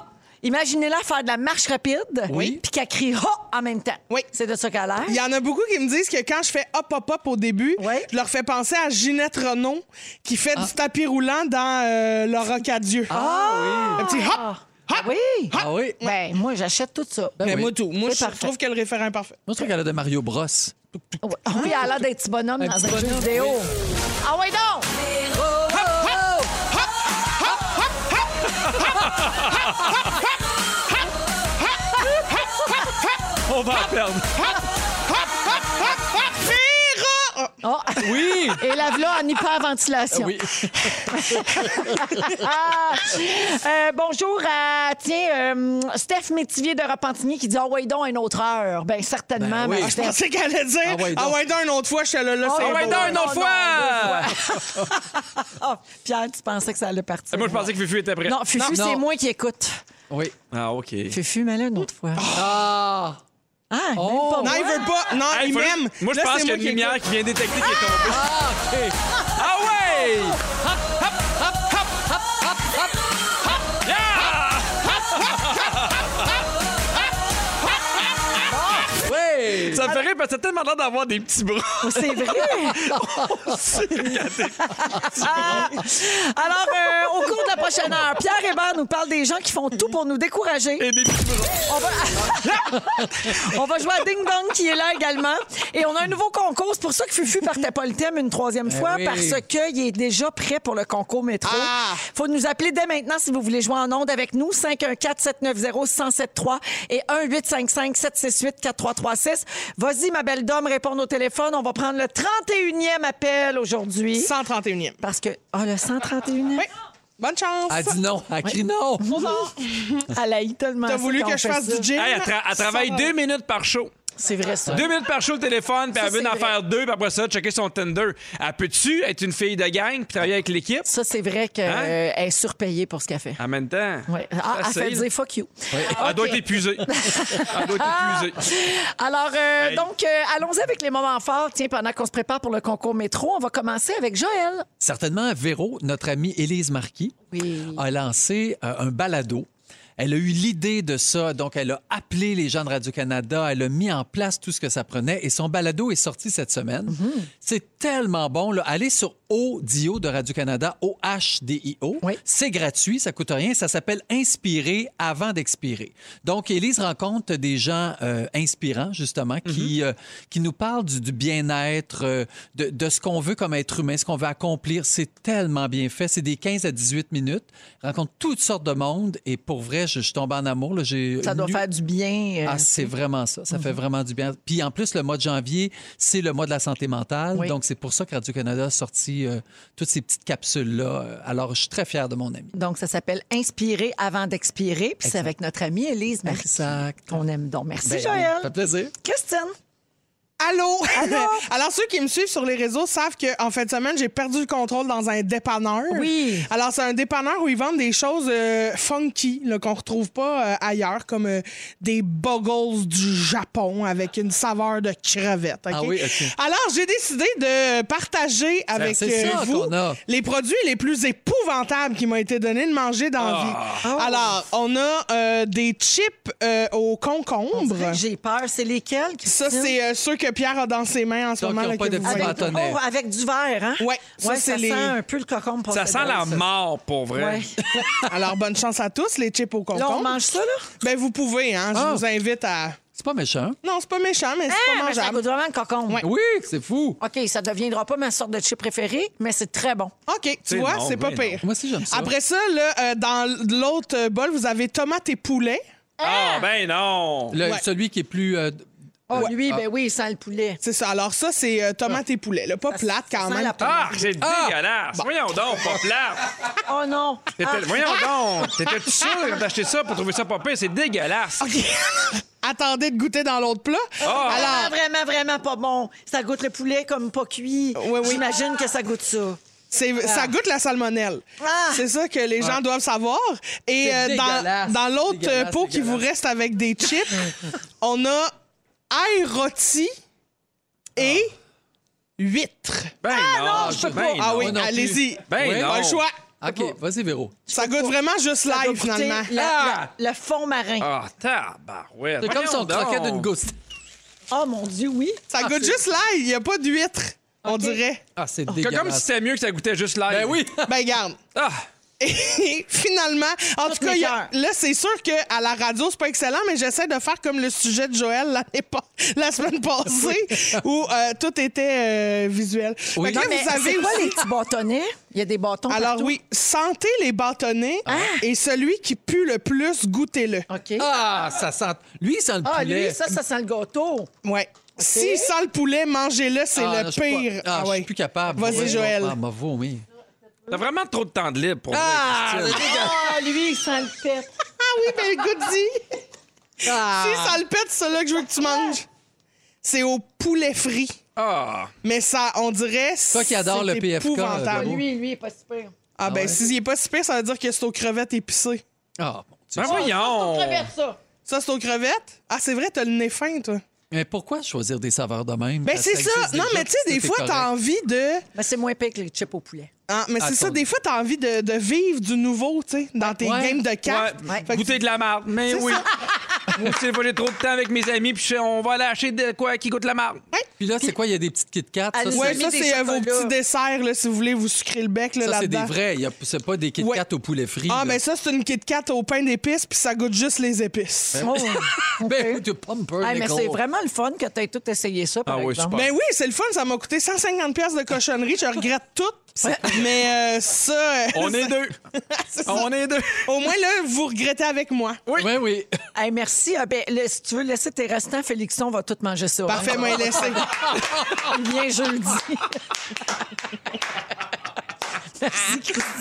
imaginez-la faire de la marche rapide.
Oui.
Puis qu'elle crie hop en même temps.
Oui.
C'est de ça qu'elle a
Il
l'air.
y en a beaucoup qui me disent que quand je fais hop hop hop au début,
Ouais.
je leur fais penser à Ginette Renault qui fait du tapis roulant dans euh, Le Rocadieux.
Ah
Un petit hop! Hop!
Oui.
Ah oui.
Ben, moi, j'achète tout ça. Ben
Mais
oui.
moi tout. Moi,
C'est
je
parfait.
trouve que le référent est parfait.
Moi, je trouve qu'elle a de Mario Bros.
Oui, elle a l'air d'un petit bonhomme dans un jeu
bonhomme,
vidéo. Ah oui, donc!
On va en perdre.
Véra! Ah,
Oh.
Oui.
Et lave-la en hyperventilation.
Oui.
Ah! Euh, bonjour à, tiens, euh, Steph Métivier de Repentigny qui dit Ah ouais, donc, à une autre heure. Ben certainement,
Ben oui.
ma
Je
Steph.
pensais qu'elle allait dire
Ah ouais, donc.
Ah ouais, d'un une autre fois, je suis là, là, c'est
Ah
On va
ouais,
beau.
donc.
dans une autre
non,
fois.
Ah, Pierre, tu pensais que ça allait partir.
Eh, Moi, je pensais que Fufu était prêt.
Non, Fufu,
Non.
c'est
Non.
moi qui écoute.
Oui.
Ah, OK.
Fufu, mais là, une autre fois.
Ah.
Ah, même
Oh.
pas
Non,
moi.
il veut pas. Non,
Hey,
il
faut-
m'aime.
Moi, je
Là,
pense qu'il
c'est
y a
moi
une
qui
lumière
écoute.
qui vient détecter qui est tombée.
Ah, OK.
Ah ouais! Hop, hop, hop, hop, hop, hop, hop. Yeah!
Oui.
Ça me fait rire parce que t'as tellement l'air d'avoir des petits bras.
Oh, C'est vrai. Ah! Alors, euh, au cours de la prochaine heure, Pierre Hébert nous parle des gens qui font tout pour nous décourager.
Et des petits bras.
On va jouer à Ding Dong qui est là également. Et on a un nouveau concours. C'est pour ça que Fufu partait pas le thème une troisième fois
oui.
parce qu'il est déjà prêt pour le concours métro.
Ah!
Faut nous appeler dès maintenant si vous voulez jouer en onde avec nous. 514-790-1073 et 1-855-768-4336. Vas-y, ma belle dame, répondre au téléphone. On va prendre le 31e appel aujourd'hui.
131e.
Parce que, ah, le 131e?
Oui. Bonne chance.
Elle dit non. Elle crie non.
Elle haït tellement.
T'as
ça
voulu
quand
que
on
je
fait
fasse
ça.
du gym?
Hey, elle, tra- elle travaille
Ça-
deux minutes par show.
C'est vrai, ça.
Deux minutes par show le téléphone, puis elle veut
c'est
en
vrai.
faire deux, puis après ça, checker son Tinder. Elle peut-tu être une fille de gang, puis travailler avec l'équipe?
Ça, c'est vrai qu'elle
Hein?
est surpayée pour ce qu'elle fait.
En même temps.
Ouais. Ah, elle fait
facile.
dire fuck you. Ah,
Elle doit être épuisée. Elle doit être épuisée.
Alors, euh,
Hey.
donc, euh, allons-y avec les moments forts. Tiens, pendant qu'on se prépare pour le concours métro, on va commencer avec Joël.
Certainement, Véro, notre amie Élise Marquis,
Oui.
a lancé euh, un balado Elle a eu l'idée de ça, donc elle a appelé les gens de Radio-Canada, elle a mis en place tout ce que ça prenait et son balado est sorti cette semaine.
Mm-hmm.
C'est tellement bon. Là. Allez sur Audio de Radio-Canada, O-H-D-I-O. C'est gratuit, ça coûte rien. Ça s'appelle Inspirer avant d'expirer. Donc, Élise rencontre des gens euh, inspirants, justement,
Mhm.
qui, euh, qui nous parlent du, du bien-être, euh, de, de ce qu'on veut comme être humain, ce qu'on veut accomplir. C'est tellement bien fait. C'est des 15 à 18 minutes. Rencontre toutes sortes de monde et pour vrai, je, je tombe en amour. Là. J'ai
Ça doit
lu-
faire du bien. euh,
ah, c'est vraiment ça. Ça
Mhm.
fait vraiment du bien. Puis en plus, le mois de janvier, c'est le mois de la santé mentale.
Oui.
Donc, c'est pour ça que Radio-Canada a sorti euh, toutes ces petites capsules-là. Euh, Alors, je suis très fier de mon ami.
Donc, ça s'appelle Inspirer avant d'expirer. Puis c'est avec notre amie Élise Marissa qu'on aime donc. Merci,
Ben,
Joël.
Ça fait plaisir.
Christine.
Allô? Alors, ceux qui me suivent sur les réseaux savent qu'en fin de semaine, j'ai perdu le contrôle dans un dépanneur.
Oui.
Alors, c'est un dépanneur où ils vendent des choses euh, funky, là, qu'on retrouve pas euh, ailleurs, comme euh, des boggles du Japon avec une saveur de crevette.
Ah oui, OK.
Alors, j'ai décidé de partager avec
c'est
euh,
ça
vous
qu'on a.
les produits les plus épouvantables qui m'ont été donnés de manger dans
Ah.
la vie. Alors, on a euh, des chips euh, au
On
concombre.
dirait que J'ai peur. C'est lesquels,
Ça,
Christine?
c'est euh, ceux que Pierre a dans ses mains en ce
Donc,
moment.
ils ont
là,
pas
que
de
vous
petits
voyez.
avec,
bâtons. bâtonnets.
oh, avec du verre, hein?
Ouais, ça,
ça,
c'est les-
sent un peu le cocombe. pour
Ça
cette
sent la
brosse.
mort, pour vrai.
Ouais.
Alors, bonne chance à tous, les chips au concombre.
Là, on mange ça, là?
Ben, vous pouvez, hein. Je
Ah.
vous invite à.
C'est pas méchant.
Non, c'est pas méchant, mais c'est pas
Ah, mais ça
mangeable.
goûte vraiment le cocombe.
Ouais.
Oui, c'est fou.
OK, ça ne deviendra pas ma sorte de chip préférée, mais c'est très bon.
OK, tu
Mais
vois,
non,
c'est pas
mais
pire.
Moi aussi, j'aime ça.
Après ça, là, euh, dans l'autre euh, bol, vous avez tomates et poulet.
Ah, ben non!
Le-
Ouais.
Celui qui est plus... euh,
Oh, lui,
Ah.
ben oui, il sent le poulet.
C'est ça. Alors, ça, c'est euh, tomates et poulet. Là, pas
Ça-
plate
ça
quand
sent
même.
la
Ah, c'est dégueulasse! Voyons donc, pas plate!
Oh non!
T'étais-
Ah.
Voyons donc! T'étais-tu sûr d'acheter ça pour trouver ça pas pire? C'est dégueulasse!
OK. Attendez de goûter dans l'autre plat.
Ah.
Alors,
Vraiment, vraiment, vraiment pas bon. Ça goûte le poulet comme pas cuit.
Oui, oui.
J'imagine que ça goûte ça.
C'est, Ça goûte la salmonelle.
Ah!
C'est ça que les gens doivent savoir. Et euh,
dégueulasse,
dans, dans l'autre euh,
dégueulasse,
pot qui vous
dégueulasse.
reste avec des chips, on a ail rôti et huître.
Ben non!
je peux
ben
pas.
non.
Ah oui,
moi non plus.
allez-y.
Ben
Oui.
non!
Pas le choix.
OK, vas-y, Véro.
Ça goûte vraiment juste
Ça doit
l'ail,
goûter
finalement.
la-
Ah!
la- le fond marin.
Ah, tabarouette!
C'est comme si on
Voyons
croquait
donc.
d'une gousse.
Oh mon Dieu, oui.
Ça goûte juste l'ail. Il n'y a pas d'huître, on dirait.
Ah, c'est
Que-
dégueulasse.
Comme si c'était mieux que ça goûtait juste
Ben
l'ail.
oui!
Ben, garde.
Ah!
Et finalement, en tout cas, il y a- là, c'est sûr qu'à la radio, c'est pas excellent, mais j'essaie de faire comme le sujet de Joël l'année pas- la semaine passée, où euh, tout était euh, visuel.
Oui.
Fait que là,
Non,
Mais
vous avez
c'est quoi
aussi-
les petits bâtonnets? Il y a des bâtons
Alors
partout.
oui, sentez les bâtonnets et celui qui pue le plus, goûtez-le.
OK. Ah,
Ah, ça sent... Lui, il sent le
Ah,
poulet.
lui, ça, ça sent le gâteau.
Ouais. Si sent le poulet, mangez-le, c'est
Ah,
le
non, je suis pas-
pire.
Ah,
ouais.
je suis plus capable.
Vas-y,
Ouais.
Joël.
Ah, m'a vomi.
T'as vraiment trop de temps de libre pour
Ah,
vrai, Christine.
Ah, lui, il sent le pet.
Ah oui, mais goûte-y.
Ah.
Si ça le pète, c'est celui-là que je veux que tu manges. C'est au poulet frit.
Ah!
Mais ça, on dirait.
Toi qui adore
c'est
le PFK,
Ah,
épouvantable.
Véro.
lui, lui, il est pas super.
Ah, ben,
ouais.
s'il est pas si pire, ça veut dire que c'est aux crevettes épicées.
Ah, mon Dieu.
Ben voyons!
ça.
Ça, c'est aux crevettes? Ah, c'est vrai, t'as le nez fin, toi.
Mais pourquoi choisir des saveurs de même?
Ben,
Parce
c'est
que
ça.
existe
Non,
déjà,
mais tu sais,
puis
des
c'est
fois, t'as
correct.
envie de.
Mais c'est moins pire que les chips au poulet.
Ah, mais c'est ça,
Attendez.
des fois, t'as envie de, de vivre du nouveau, tu sais, dans tes
Ouais.
games de cartes.
Ouais,
Fait que
goûter
tu-
de la marde. Mais
C'est
oui.
ça.
Moi aussi, des fois, j'ai trop de temps avec mes amis, puis je fais, on va aller acheter de quoi qui goûte la marde.
Ah,
Puis là, c'est quoi? Il y a des petites Kit Kats.
Elle
Ça,
nous
c'est
a
Ouais,
mis
ça,
des
c'est euh, vos
chocolats.
petits desserts, là, si vous voulez vous sucrer le bec, là,
ça, c'est des
là-dedans.
vrais. Il y a- C'est pas des Kit
Ouais.
Kats au poulet frit.
Ah,
là.
mais ça, c'est une Kit Kat au pain d'épices, puis ça goûte juste les épices.
Oh.
Ben oui, de pumper,
Ah, mais
Nicole.
c'est vraiment le fun que tu aies tout essayé ça, par
Ah oui,
exemple.
super.
Ben oui, c'est le fun, ça m'a coûté 150 pièces de cochonnerie, je regrette tout. Mais euh, ça euh,
On est deux.
c'est ça.
On est deux.
Au moins là, vous regrettez avec moi.
Oui, oui.
Hey, merci. Ah, ben, le- si tu veux laisser tes restants, Félixon on va tout manger ça. hein.
Parfait, moi laissé.
Il vient jeudi. merci, Christine.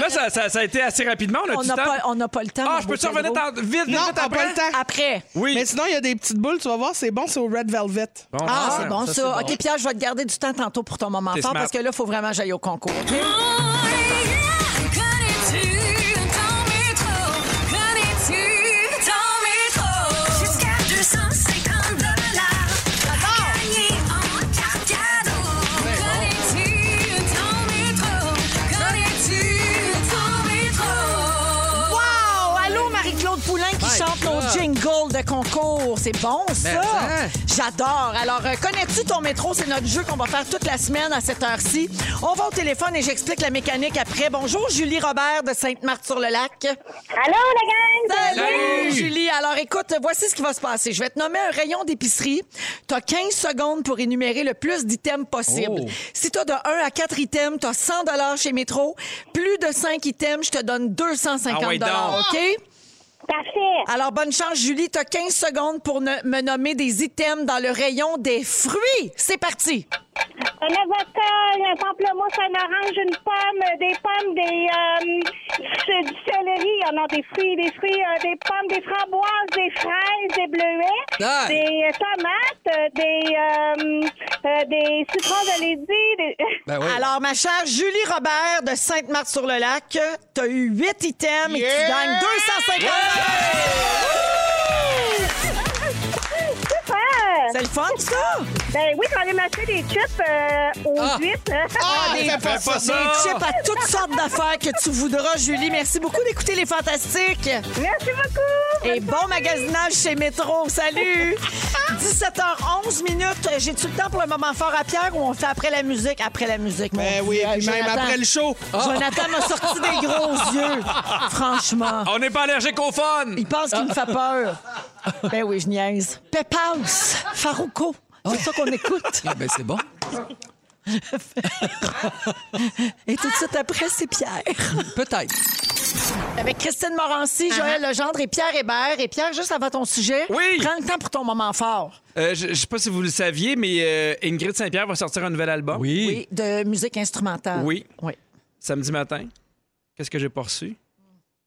Là, ça, ça- ça a été assez rapidement. On a
On
du
n'a
temps.
pas, on n'a pas le temps.
Ah,
mon
je
beau
peux-tu revenir
Pedro.
dans- vite,
Non,
vite
t'as
après?
pas le temps.
Après.
Oui.
Mais sinon, il y a des petites boules, tu vas voir, c'est bon, c'est au Red Velvet.
Bon,
Ah,
ça,
c'est bon ça.
ça, c'est bon.
OK, Pierre, je vais te garder du temps tantôt pour ton moment
T'es
fort
smart.
parce que là, il faut vraiment que j'aille au concours. OK?
Jusqu'à 250 Gagné en carte cadeau. Connais-tu ton métro? Connais-tu ton métro?
jours. C'est bon, ça.
hein?
J'adore. Alors, euh, connais-tu ton métro? C'est notre jeu qu'on va faire toute la semaine à cette heure-ci. On va au téléphone et j'explique la mécanique après. Bonjour, Julie Robert de Sainte-Marthe-sur-le-Lac.
Allô, la gang!
Salut, Julie. Alors, écoute, voici ce qui va se passer. Je vais te nommer un rayon d'épicerie. Tu as 15 secondes pour énumérer le plus d'items possible.
Oh.
Si tu as de 1 à 4 items, tu as 100 chez Métro. Plus de 5 items, je te donne 250
Ah ouais, donc.
OK?
Parfait!
Alors, bonne chance, Julie. Tu as 15 secondes pour ne- me nommer des items dans le rayon des fruits. C'est parti.
Un avocat, un pamplemousse, un orange, une pomme, des pommes, des euh, c- du céleri, oh non, des fruits, des fruits, euh, des pommes, des framboises, des fraises, des bleuets,
Ah!
des euh, tomates, euh, des euh, euh, des citrons de Lydie, des...
Ben oui.
Alors, ma chère Julie Robert de Sainte-Marthe-sur-le-Lac, tu as eu 8 items et tu
Yeah!
gagnes 250
Super!
C'est le fun, ça?
Ah! Ben oui, quand on est m'acheter des chips euh, aux
Ah!
huîtres.
Ah, fais pas
Fais pas
ça.
Des
ça!
chips à toutes sortes d'affaires que tu voudras, Julie. Merci beaucoup d'écouter Les Fantastiques.
Merci beaucoup!
Et bon magasinage chez Métro. Salut! 17h11 minutes. J'ai-tu le temps pour le moment fort à Pierre ou on le fait après la musique? Après la musique, mon
Ben oui,
Dieu.
et puis même
Jonathan-
après le show.
Jonathan m'a sorti des gros yeux. Franchement.
On n'est pas allergique au fun!
Il pense qu'il me fait peur. Ben oui, je niaise. Peppaus, Farouco. C'est ça qu'on écoute.
Ah, ben c'est bon.
Et tout de suite après, c'est Pierre.
Peut-être.
Avec Christine Morancy, Joël Legendre et Pierre Hébert. Et Pierre, juste avant ton sujet,
Oui.
prends le temps pour ton moment fort.
Euh, je je sais pas si vous le saviez, mais euh, Ingrid Saint-Pierre va sortir un nouvel album.
Oui.
Oui, de musique instrumentale.
Oui.
Ah, Oui.
Samedi matin. Qu'est-ce que j'ai pas reçu?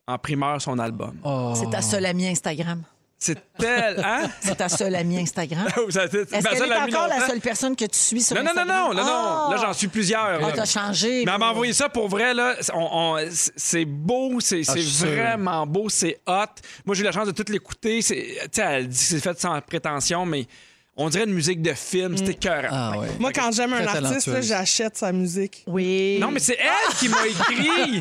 En primeur, son album.
C'est ta seule amie Instagram.
C'est tel. Hein?
C'est ta seule amie Instagram.
Vous avez-
Ben,
ma
Est-ce qu'elle
seule
est
amie
encore la
longtemps.
seule personne que tu suis sur
Non, non, non,
Instagram?
non, non, non. Là, j'en suis plusieurs.
Ah,
là.
t'as changé.
Mais elle m'a envoyé ça pour vrai, là. C'est- on- on- c'est- c'est beau, c'est c'est
Ah, je suis sûr.
vraiment beau, c'est hot. Moi, j'ai eu la chance de tout l'écouter. C'est- Tu sais, elle dit que c'est fait sans prétention, mais on dirait une musique de
Mm.
film. C'était cœur.
Ah, ouais.
Moi, quand j'aime un
Très
artiste, là,
talentueuse.
j'achète sa musique.
Oui.
Non, mais c'est elle qui m'a écrit.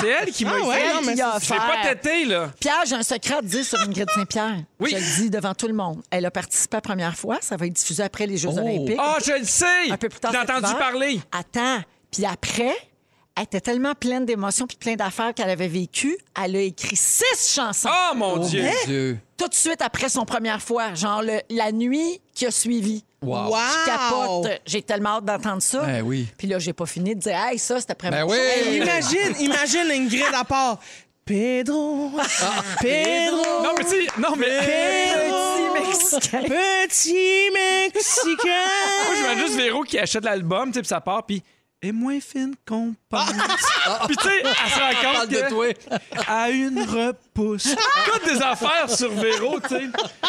c'est elle qui m'a
Ah ouais,
écrit.
non, mais
Il a
Je l'ai pas
offert.
têté, là.
Pierre, j'ai un secret à te dire sur Ingrid Saint-Pierre.
Oui.
Je le dis devant tout le monde. Elle a participé la première fois. Ça va être diffusé après les Jeux
Oh.
Olympiques.
Ah, je le sais!
un peu plus tard.
J'ai
cet
entendu
hiver.
parler.
Attends. Puis après, elle était tellement pleine d'émotions puis plein d'affaires qu'elle avait vécues. Elle a écrit six chansons
Oh mon
Oh,
Dieu!
mon Dieu.
tout de suite après son première fois. Genre le- la nuit qui a suivi.
Wow.
Wow!
Je capote. J'ai tellement hâte d'entendre ça.
Ben oui.
Puis là, j'ai pas fini de dire, hey, ça, c'est après
Ben
moi.
oui.
Hey, imagine, imagine Ingrid à part. Pedro, Pedro,
Non, mais tu sais, non, mais.
Pedro, petit Mexicain.
Moi, je vois juste Véro qui achète l'album, tu sais, puis ça part, puis. Et moins fine qu'on pense.
Ah!
Puis tu sais, elle se rend compte
Parle de
que-
toi.
à une repousse. Toutes des affaires sur Véro, tu sais.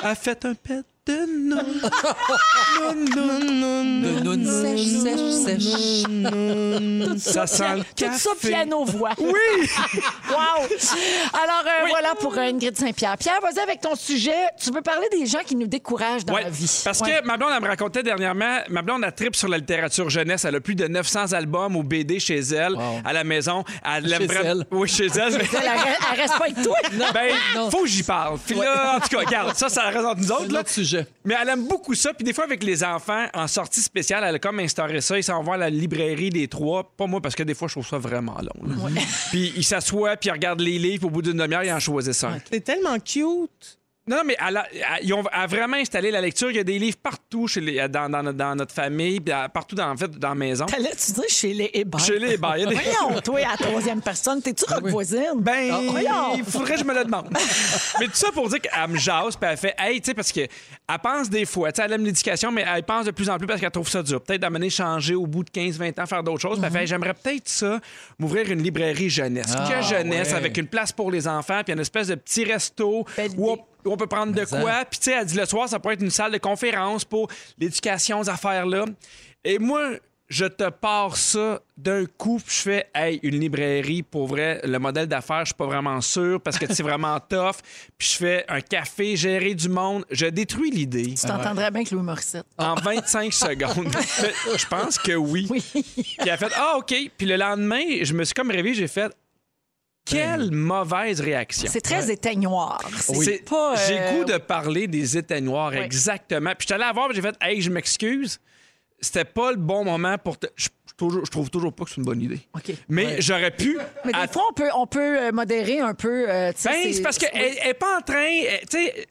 Elle fait un pet de nous. Non, non,
De nounou.
Sèche, sèche, sèche.
Ça sent le
Tout ça
café.
piano-voix.
Oui!
Wow! Alors, euh, voilà pour euh, Ingrid Saint-Pierre. Pierre, vas-y avec ton sujet. Tu veux parler des gens qui nous découragent dans
Ouais,
la vie.
Parce
Ouais.
que ma blonde, elle me racontait dernièrement, ma blonde, a trip sur la littérature jeunesse. Elle a plus de 900 albums ou BD chez elle,
Wow.
à la maison. Elle
Chez
l'aime vraiment-
elle.
Oui, chez elle.
Elle, re- elle reste pas avec toi.
ben, faut que j'y parle. Puis là, en tout cas, regarde, ça, ça reste entre nous autres.
C'est
Là.
notre sujet.
Mais elle aime beaucoup ça. Puis des fois, avec les enfants, en sortie spéciale, elle a comme instauré ça. Ils s'en vont à la librairie des trois. Pas moi, parce que des fois, je trouve ça vraiment long. là. Puis ils s'assoient, puis ils regardent les livres. puis Au bout d'une demi-heure, ils en choisissent un.
T'es tellement cute.
Non, non, mais elle a, elle- ils ont elle a vraiment installé la lecture. Il y a des livres partout chez les- dans, dans notre- dans notre famille, puis à- partout dans, en fait, dans la maison.
T'allais-tu dire chez les Hébert?
Chez les Hébert, il y a des-
Voyons, toi, à la troisième personne, t'es-tu rock voisine?
Ben,
voyons.
il faudrait que je me le demande. mais tout ça pour dire qu'elle me jase, puis elle fait, hey, tu sais, parce que elle pense des fois, tu sais, elle aime l'éducation, mais elle pense de plus en plus parce qu'elle trouve ça dur. Peut-être d'amener changer au bout de 15-20 ans, faire d'autres choses. Puis elle fait,
Mhm.
Hey, j'aimerais peut-être ça, m'ouvrir une librairie jeunesse.
Ah,
que jeunesse,
ouais.
avec une place pour les enfants, puis une espèce de petit resto
Belle
où on
idée.
où on peut prendre de quoi. Puis, tu sais, elle dit le soir, ça pourrait être une salle de conférence pour l'éducation, ces affaires-là. Et moi, je te pars ça d'un coup, puis je fais, hey, une librairie, pour vrai, le modèle d'affaires, je suis pas vraiment sûr parce que c'est vraiment tough. Puis, je fais un café, gérer du monde. Je détruis l'idée
Tu t'entendrais bien que Louis Morissette.
en 25 secondes. je pense que oui.
Oui.
Puis elle a fait Ah, OK. Puis le lendemain, je me suis comme réveillé, j'ai fait Quelle mauvaise réaction.
C'est très éteignoir. C'est
C'est-
pas. euh,
J'ai goût de parler des éteignoirs,
Ouais.
exactement. Puis je suis allé la voir, puis j'ai fait, hey, je m'excuse. C'était pas le bon moment pour. te- Je, je toujours- je trouve toujours pas que c'est une bonne idée. Mais j'aurais pu.
Mais des
à-
fois, on peut, on peut euh, modérer un peu. euh, tu sais,
Ben, c'est parce qu'elle
oui.
n'est pas en train. elle- Tu sais.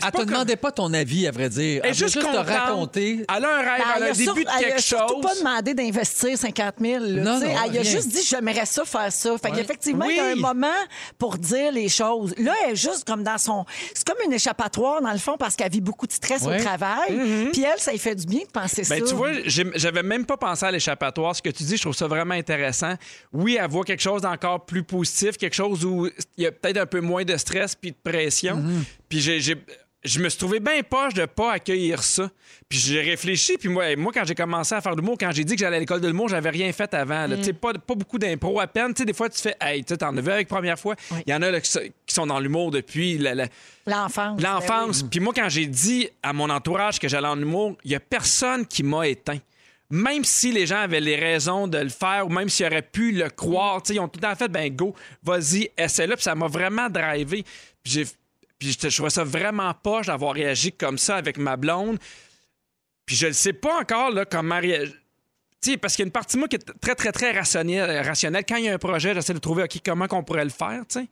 Elle te demandait pas ton avis, à vrai dire.
Elle
Elle
est juste
juste, juste te
contente.
raconter.
Elle a un rêve,
Ben,
elle a
elle
un
a sur-
début de
elle a
quelque
surtout
chose.
pas demandé d'investir 50 000. là,
Non,
tu sais.
non,
elle a
rien.
juste dit j'aimerais ça faire ça. Fait qu'effectivement, il y a
Oui.
un moment pour dire les choses. Là, elle est juste comme dans son. C'est comme une échappatoire, dans le fond, parce qu'elle vit beaucoup de stress
Ouais.
au travail. Puis elle, ça lui fait du bien de penser
Mm-hmm. Ben,
ça.
tu vois, j'ai- j'avais même pas pensé à l'échappatoire. Ce que tu dis, je trouve ça vraiment intéressant. Oui, elle voit quelque chose d'encore plus positif, quelque chose où il y a peut-être un peu moins de stress puis de pression. Puis j'ai- j'ai- Je me suis trouvé bien poche de pas accueillir ça. Puis j'ai réfléchi, puis moi, moi quand j'ai commencé à faire de l'humour, quand j'ai dit que j'allais à l'école de l'humour, j'avais rien fait avant. là. Tu sais, Pas, pas beaucoup d'impro à peine. Tu sais, des fois, tu fais, hey, tu sais, t'en as vu avec première fois. Il y en a là, qui, sont- qui sont dans l'humour depuis la- la,
L'enfance. ben oui.
L'enfance. Puis moi, quand j'ai dit à mon entourage que j'allais en humour, il n'y a personne qui m'a éteint. Même si les gens avaient les raisons de le faire ou même s'ils auraient pu le croire, tu sais, ils ont tout à fait, ben go, vas-y, essaie-le. Puis ça m'a vraiment drivé. Puis j'ai- puis j'étais- je trouvais ça vraiment poche d'avoir réagi comme ça avec ma blonde. Puis je ne sais pas encore là, comment réagir. Tu sais, parce qu'il y a une partie de moi qui est très, très, très rationnelle. rationnelle. Quand il y a un projet, j'essaie de trouver OK, comment qu'on pourrait le faire. tu sais.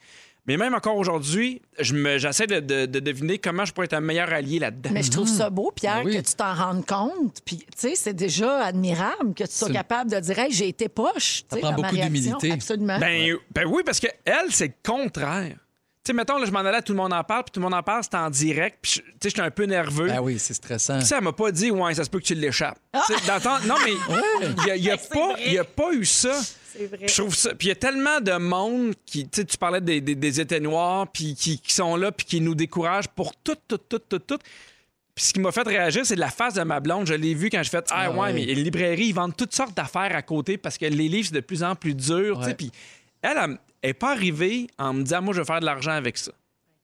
Mais même encore aujourd'hui, je me- j'essaie de, de- de deviner comment je pourrais être un meilleur allié là-dedans.
Mais je trouve ça beau, Pierre,
Mm-hmm. Ben Oui.
que tu t'en rendes compte. Puis, tu sais, c'est déjà admirable que tu sois
C'est-
capable de dire, hey, j'ai été poche. tu sais,
prend
dans ma
beaucoup
réaction.
d'humilité.
Absolument.
Ben, ben oui, parce que elle, c'est le contraire. Tu sais, mettons, là, je m'en allais, tout le monde en parle, puis tout le monde en parle, c'était en direct, puis je- tu sais, j'étais un peu nerveux.
Ben oui, c'est stressant.
Puis ça, elle m'a pas dit, ouais, ça se peut que tu l'échappes. Tu sais, dans ton- Non, mais il n'y a, il y a pas- il y a pas eu ça. Puis Je trouve ça. Puis il y a tellement de monde qui. Tu sais, tu parlais des, des, des éteignoirs, puis qui, qui sont là, puis qui nous découragent pour tout, tout, tout, tout, tout. Puis ce qui m'a fait réagir, c'est la face de ma blonde. Je l'ai vu quand je fais Ah, ouais,
ouais.
mais les librairies, ils vendent toutes sortes d'affaires à côté parce que les livres, c'est de plus en plus dur. tu sais.
Ouais.
Puis elle, elle n'est pas arrivée en me disant Moi, je veux faire de l'argent avec ça.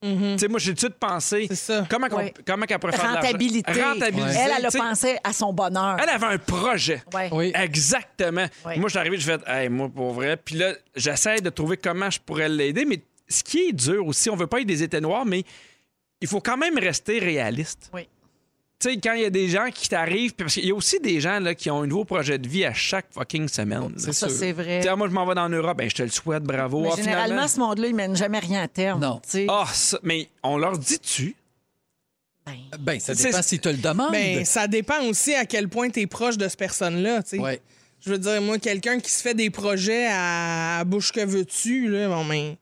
Tu sais, moi, j'ai tout de suite pensé
C'est ça.
comment, qu'on-
Ouais.
comment qu'elle pourrait faire de l'argent.
Rentabilité.
Rentabiliser,
Elle, elle a
tu sais.
pensé à son bonheur.
Elle avait un projet.
Ouais.
Oui.
Exactement.
Ouais.
Moi, je suis arrivé, je fais, hey, moi, pour vrai. Puis là, j'essaie de trouver comment je pourrais l'aider. Mais ce qui est dur aussi, on veut pas être des éteignoirs, mais il faut quand même rester réaliste.
Oui.
Tu sais, quand il y a des gens qui t'arrivent, puis parce qu'il y a aussi des gens là, qui ont un nouveau projet de vie à chaque fucking semaine.
c'est ça, sûr. c'est vrai.
Tu sais, moi, je m'en vais dans l'Europe, ben, je te le souhaite, bravo.
Mais
Ah,
généralement,
finalement-
ce monde-là, il mène jamais rien à terme.
Non.
tu sais.
Ah, ça- mais on leur dit-tu?
Ben, ça
C'est-
dépend s'ils te le demandent.
Ben, ça dépend aussi à quel point t'es proche de cette personne-là, tu sais.
Ouais.
Je veux dire, moi, quelqu'un qui se fait des projets à, à bouche que veux-tu, là, bon, ben,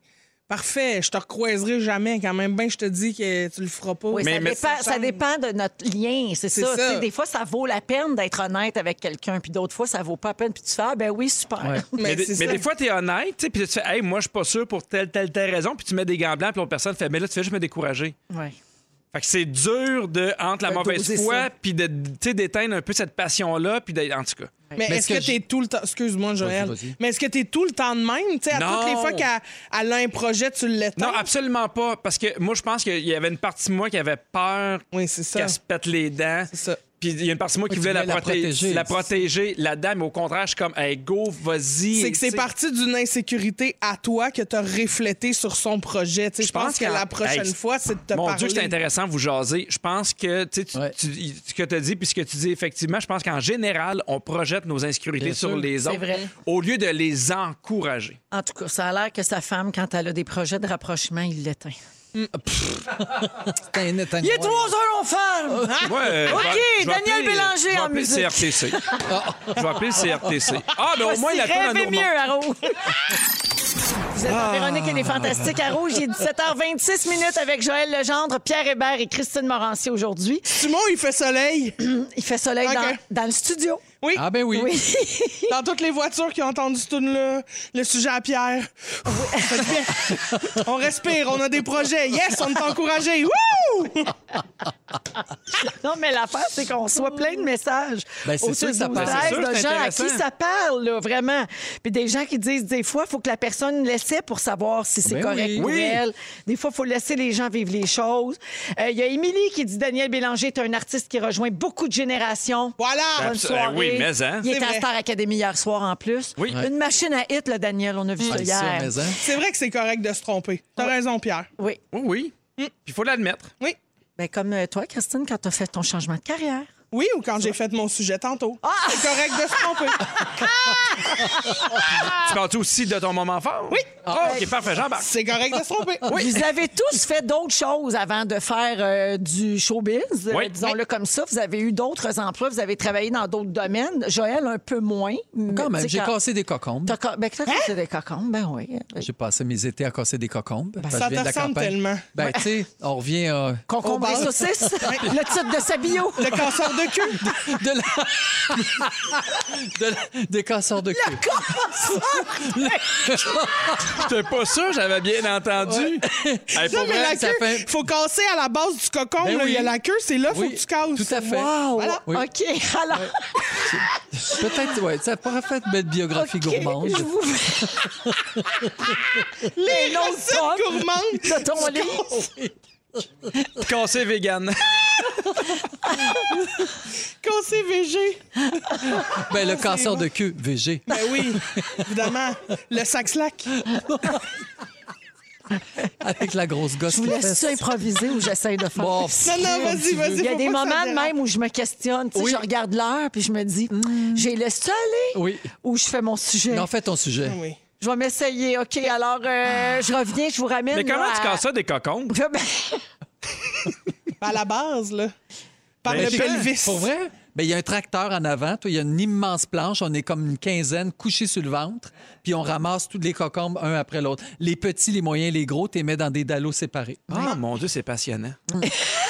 parfait, je te recroiserai jamais. Quand même, ben, je te dis que tu le feras pas.
Oui,
Mais-
ça,
mais-
dépend, ça dépend de notre lien, c'est
C'est
ça.
ça.
Tu sais, Des fois, ça vaut la peine d'être honnête avec quelqu'un, puis d'autres fois, ça vaut pas la peine. Puis tu fais, ah, ben oui, super.
Mais,
Mais,
des-
c'est
mais
ça.
des fois, tu es honnête, tu sais, puis tu fais, hey, moi, je suis pas sûr pour telle, telle, telle raison, puis tu mets des gants blancs, puis l'autre personne fait, mais là, tu fais juste me décourager.
Ouais.
Fait que c'est dur de, entre la
De Ben,
mauvaise
doser ça.
foi, puis de, tu sais, d'éteindre un peu cette passion-là, puis d'être- en tout cas.
Mais
Mais
est-ce
est-ce
que,
que
t'es tout le temps. Excuse-moi, Joël.
Vas-y, vas-y.
Mais est-ce que t'es tout le temps de même? Tu sais, à
Non.
toutes les fois qu'elle elle a un projet, tu l'éteins?
Non, absolument pas, parce que moi, je pense qu'il y avait une partie de moi qui avait peur
Oui, c'est ça.
qu'elle se pète les dents.
C'est ça.
Puis il y a une partie de moi qui
Oui, tu
voulait la,
voulais la
proté-
protéger.
La protéger là-dedans, mais au contraire, je suis comme, hey, go, vas-y.
C'est que c'est
Tu sais.
parti d'une insécurité à toi que t'as réflété sur son projet. Tu sais, Je pense que
qu'en-
la prochaine
Hey,
fois, c'est de te
Mon
parler.
Dieu, c'est intéressant vous jaser. Je pense que tu sais, tu-
Ouais.
tu- y- ce que tu as dit puis ce que tu dis, effectivement, je pense qu'en général, on projette nos insécurités
Bien
sur
sûr.
les autres
vrai.
au lieu de les encourager.
En tout cas, ça a l'air que sa femme, quand elle a des projets de rapprochement, il l'éteint.
T'as un- t'as un-
Il est trois heures, on ferme!
Ouais, euh,
Hein? OK,
je vais- je vais
Daniel
appeler-
Bélanger
je vais
en
appeler
musique.
CRTC. Je vais appeler le CRTC. Ah, mais au moins, il attend un
Rêvez
autre
mieux, Haro. Vous êtes dans Véronique, elle est fantastique à Rouge. Il est 17h26 minutes avec Joël Legendre, Pierre Hébert et Christine Morancier aujourd'hui.
Simon, il fait soleil
Il fait soleil
OK.
dans, dans le studio.
Ah, ben oui.
Oui.
dans toutes les voitures qui ont entendu ce tune-là. Le sujet à Pierre. Ça fait du bien. on respire, on a des projets. Yes, on est encouragés. Wouh!
Non, mais l'affaire, c'est qu'on reçoit plein de messages
Ben, c'est
au
sûr que ça
6-12-13
parle.
Ben, c'est sûr,
de
c'est
gens à
intéressant.
qui ça parle, là, vraiment. Puis des gens qui disent des fois, il faut que la personne l'essaie pour savoir si c'est
Ben
correct
oui.
pour
Oui.
elle. Des fois, il faut laisser les gens vivre les choses. Euh, Il y a Émilie qui dit Daniel Bélanger est un artiste qui rejoint beaucoup de générations.
Voilà!
Bonne
Absol-
soirée.
eh oui, Oui, mais hein.
Il
C'est
était à
vrai.
Star Academy hier soir en plus.
Oui.
Une machine à hit, le Daniel, on a vu
Ah,
ça
c'est
hier.
ça, mais hein.
C'est vrai que c'est correct de se tromper. T'as raison, Pierre.
Oui.
Oui, oui.
Mm.
Puis il faut l'admettre.
Oui.
Ben, comme euh, toi, Christine, quand t'as fait ton changement de carrière.
Oui, ou quand j'ai fait mon sujet tantôt.
Ah!
C'est correct de se tromper. Ah.
Tu parles aussi de ton moment fort? Oui. OK, parfait, Jean-Marc.
C'est correct de se tromper.
Oui.
Vous avez tous fait d'autres choses avant de faire euh, du showbiz, euh,
Oui.
disons-le comme ça. Vous avez eu d'autres emplois, vous avez travaillé dans d'autres domaines. Joël, un peu moins. mais
Quand
tu
même,
sais,
j'ai
quand-
cassé des cocombes.
T'as ca- ben, t'as cassé des cocombes, ben oui.
J'ai passé mes étés à casser des cocombes. parce que
ça
je viens de la
te ressemble
campagne.
tellement.
Ben, tu sais, on revient euh,
Concombre et
Au bas.
saucisses, le titre de sa bio.
Le cancer de cul.
de la... de la- des casseurs de queue.
J'étais pas sûr, j'avais bien entendu. Hey,
Non,
pour
mais
vrai,
la
ça
queue,
fait-
faut casser à la base du cocon.
Ben
là. Il y a
oui.
la queue, c'est là, faut
Oui,
que tu casses.
tout à fait.
Wow!
Voilà.
Oui.
OK, alors,
Peut-être, ouais, ça pourrait faire une belle biographie gourmande.
je vous...
Les
autre
recettes
pomme.
gourmandes.
de ton livre.
cassé vegan.
Casser végé.
Ben, le casseur de queue, VG.
Ben oui, évidemment. Le sac-slack.
Avec la grosse gosse.
Je vous
qui
laisse
fesse.
improviser ou j'essaye de faire.
Bon,
Non, Ah non, vas-y, vas-y.
Il y a
faut
des
pas que
moments
ça
de
dérape.
même où je me questionne. Tu sais,
Oui. Mm.
Je regarde l'heure puis je me dis, j'ai laissé aller
Oui.
ou je fais mon sujet.
non, fais ton sujet.
Ben Oui.
Je vais m'essayer. OK, alors
Ah.
euh, je reviens, je vous ramène.
Mais comment
là,
tu
à-
casses ça des cocombes?
Je- ben,
Ben, À la base, là. Par
Ben,
le
c'est-
pelvis.
Pour vrai? Ben, il y a un tracteur en avant, toi, il y a une immense planche, on est comme une quinzaine couchés sur le ventre, puis on ramasse toutes les cocombes un après l'autre. Les petits, les moyens, les gros, t'es mets dans des dallos séparés.
Ah, mon Dieu, c'est passionnant.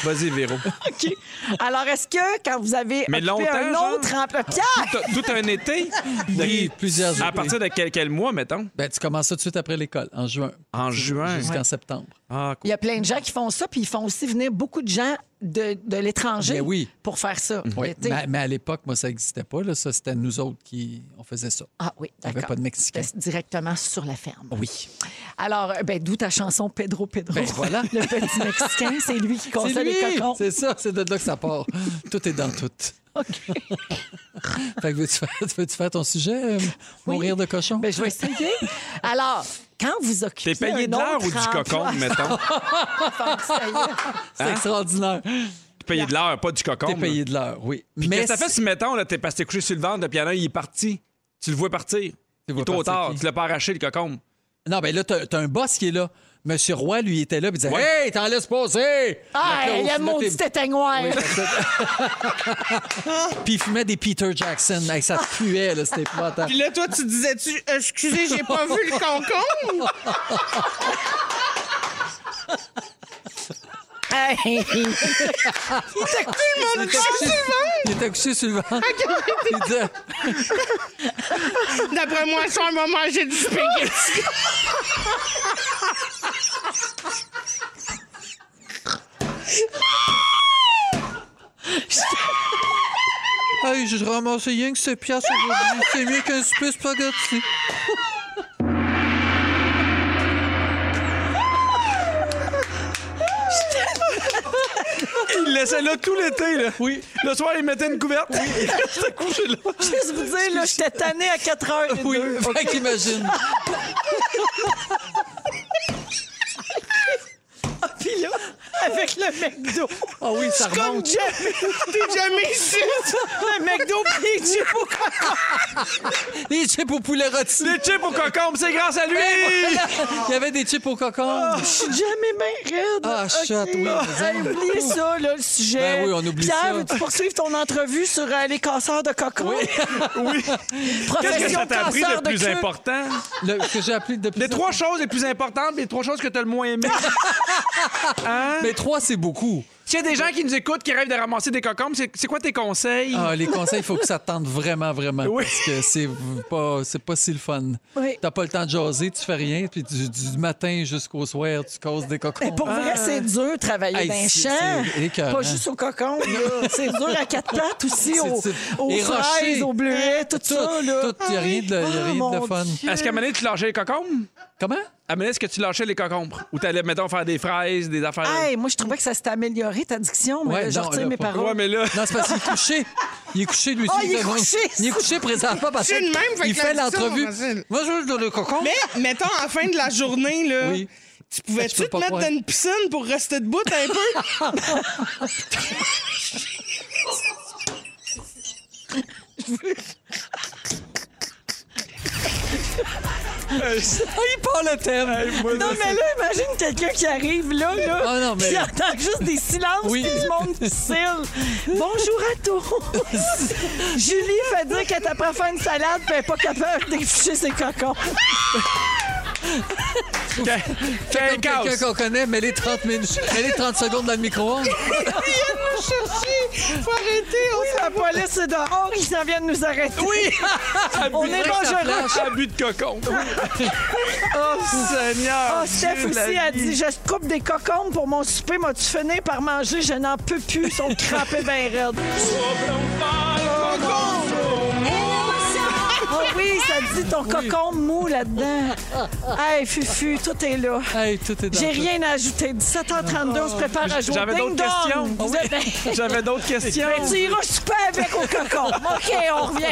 Vas-y, Véro.
OK. Alors, est-ce que quand vous avez
Mais
occupé
longtemps,
un
genre?
autre emploi... Pierre!
Tout, tout un été?
Oui, plusieurs
À
étés.
partir de quel, quel mois, mettons?
Ben, tu commences ça tout de suite après l'école, en juin.
En juin.
Jusqu'en septembre.
Ah, cool.
Il y a plein de gens qui font ça, puis ils font aussi venir beaucoup de gens de, de l'étranger
Ben oui. Mm-hmm.
pour faire ça.
Oui,
l'été.
mais, mais à l'époque, moi, ça n'existait pas. Là. Ça, c'était nous autres qui on faisait ça.
Ah oui,
On avait
d'accord.
pas de Mexicains.
C'était Directement sur la ferme.
Oui.
Alors, euh, ben, d'où ta chanson Pedro Pedro.
Ben, voilà.
Le petit Mexicain, c'est lui qui conseille les cocons.
C'est ça, c'est de là que ça part. tout est dans tout.
OK.
Fait que veux-tu faire, veux-tu faire ton sujet, euh, mon
Oui.
rire de cochon?
Ben, je vais essayer. Alors, quand vous
T'es
occupez.
payé
un
de l'heure
autre
ou du
emploi-
cocon, mettons?
Enfin, ça y est.
c'est extraordinaire.
T'es payé de l'heure, pas du cocon.
T'es
là.
payé de l'heure, oui.
Qu'est-ce que ça fait si, mettons, là, t'es, parce que t'es couché sur le ventre, le piano, il est parti. Tu le vois partir. Il
vois
est trop
partir
tard.
qui?
Tu l'as pas arraché, le cocombe.
Non, ben là, t'as, t'as un boss qui est là. Monsieur Roy, lui, il était là, puis il disait
Ouais.
Hey, t'en laisses passer!
Ah,
Fait que là, au
il a
final,
mon
t'es-
petit éteignoir.
Puis il fumait des Peter Jackson. Hey, ça puait, là, c'était épouvantable.
Puis là, toi, tu disais-tu, euh, excusez, j'ai pas vu le concombre?
Hey. il t'a coupé mon
était couché- Il était couché sur le ventre. Il disait,
D'après moi, sur un moment, j'ai du spaghetti.
Hey, j'ai ramassé rien que ce piastres aujourd'hui. C'est mieux qu'un super spaghetti.
Il le laissait là tout l'été, là. Oui. Le soir, il mettait une couverte. Il restait couché là.
Juste vous dire, là, j'étais tanné à 4 heures.
Oui, fait qu'imagine.
Puis là, avec le McDo.
Ah oui, ça
Comme
remonte.
Jeff,
T'es jamais ici.
le McDo, puis Jeff au cocon.
Les chips au poulet rôti.
Les chips au cocombe, c'est grâce à lui!
Il y avait des chips au cocon.
Je suis jamais bien raide.
Ah, shot, oui.
Hey, oubliez ça, là, le sujet.
Ben oui, on oublie
Pierre,
ça.
veux-tu poursuivre ton entrevue sur euh, les casseurs de cocons? Oui.
Oui. Qu'est-ce que
Profession
ça t'a appris
casseur
le
de
plus
queue.
important?
Le- ce que j'ai appelé depuis.
Les trois choses les plus importantes, les trois choses que t'as le moins aimées.
Mais trois, c'est beaucoup.
S'il y a des gens qui nous écoutent qui rêvent de ramasser des cocombes, c'est c'est quoi tes conseils?
Ah, les conseils, il faut que ça te tente vraiment, vraiment.
Oui.
Parce que c'est pas, c'est pas si le fun.
Oui.
T'as pas le temps de jaser, tu fais rien, puis du, du matin jusqu'au soir, tu causes des cocons.
Mais pour vrai, c'est dur de travailler
Ah. Hey,
dans un
c'est-
champ.
c'est écœurant.
Pas juste au cocon. là. C'est dur à quatre pattes aussi,
C'est-
aux,
c'est-
aux
et
fraises,
rocher. Hein?
aux bleuets, tout,
Tout,
ça. Là.
tout, y a rien de- y a
Ah,
rien de
mon
fun.
Dieu.
Est-ce qu'à un moment donné, tu lâchais les cocombes?
Comment?
Amélie, est-ce que tu lâchais les concombres? Ou t'allais, mettons, faire des fraises, des affaires.
Hey, moi, je trouvais que ça s'était amélioré, ta diction, mais
Ouais,
là, je
non,
retire
là,
mes
pas-
paroles.
Ouais, mais là-
Non, c'est parce qu'il est couché. Il est couché, lui.
Ah,
aussi.
il est couché,
Il est couché présentement parce
C'est le même, fait
qu'il
que
fait
la diction,
l'entrevue.
facile.
Moi, je donne le cocon.
Mais, euh, mettons, à la fin de la journée, là,
Oui.
tu
Je
pouvais-tu
peux
te
pas
mettre
croire.
dans une piscine pour rester debout un peu?
Ah, il part le thème.
Non, mais là, imagine quelqu'un qui arrive là, là,
Ah, non, mais-
qui entend juste des silences
Oui.
puis du monde qui cille. Bonjour à tous. Julie fait dire qu'elle t'apprend à faire une salade puis elle n'est pas capable d'efficher ses cocons.
C'est comme quelqu'un qu'on connaît, mais les 30 minutes, mais les 30 secondes dans le micro-ondes.
Il vient de me chercher! Faut arrêter! on
Oui, la police est dehors, ils s'en viennent nous arrêter.
Oui!
On est dangereux.
Abus de cocon.
Oh,
Seigneur!
oh, Steph
Dieu de la
aussi a
vie.
dit Je coupe des cocombes pour mon souper, m'as-tu fini par manger Je n'en peux plus, ils sont crampés bien raides. Oh oui, ça dit ton cocon mou là-dedans. Hey, Fufu, tout est là.
Hey, tout est dans
J'ai
tout.
rien à ajouter. 17h32, on se prépare à jouer au
J'avais
ding-dong.
d'autres questions.
Vous êtes-
J'avais d'autres questions.
Ben, tu iras super avec au cocon. OK, on revient.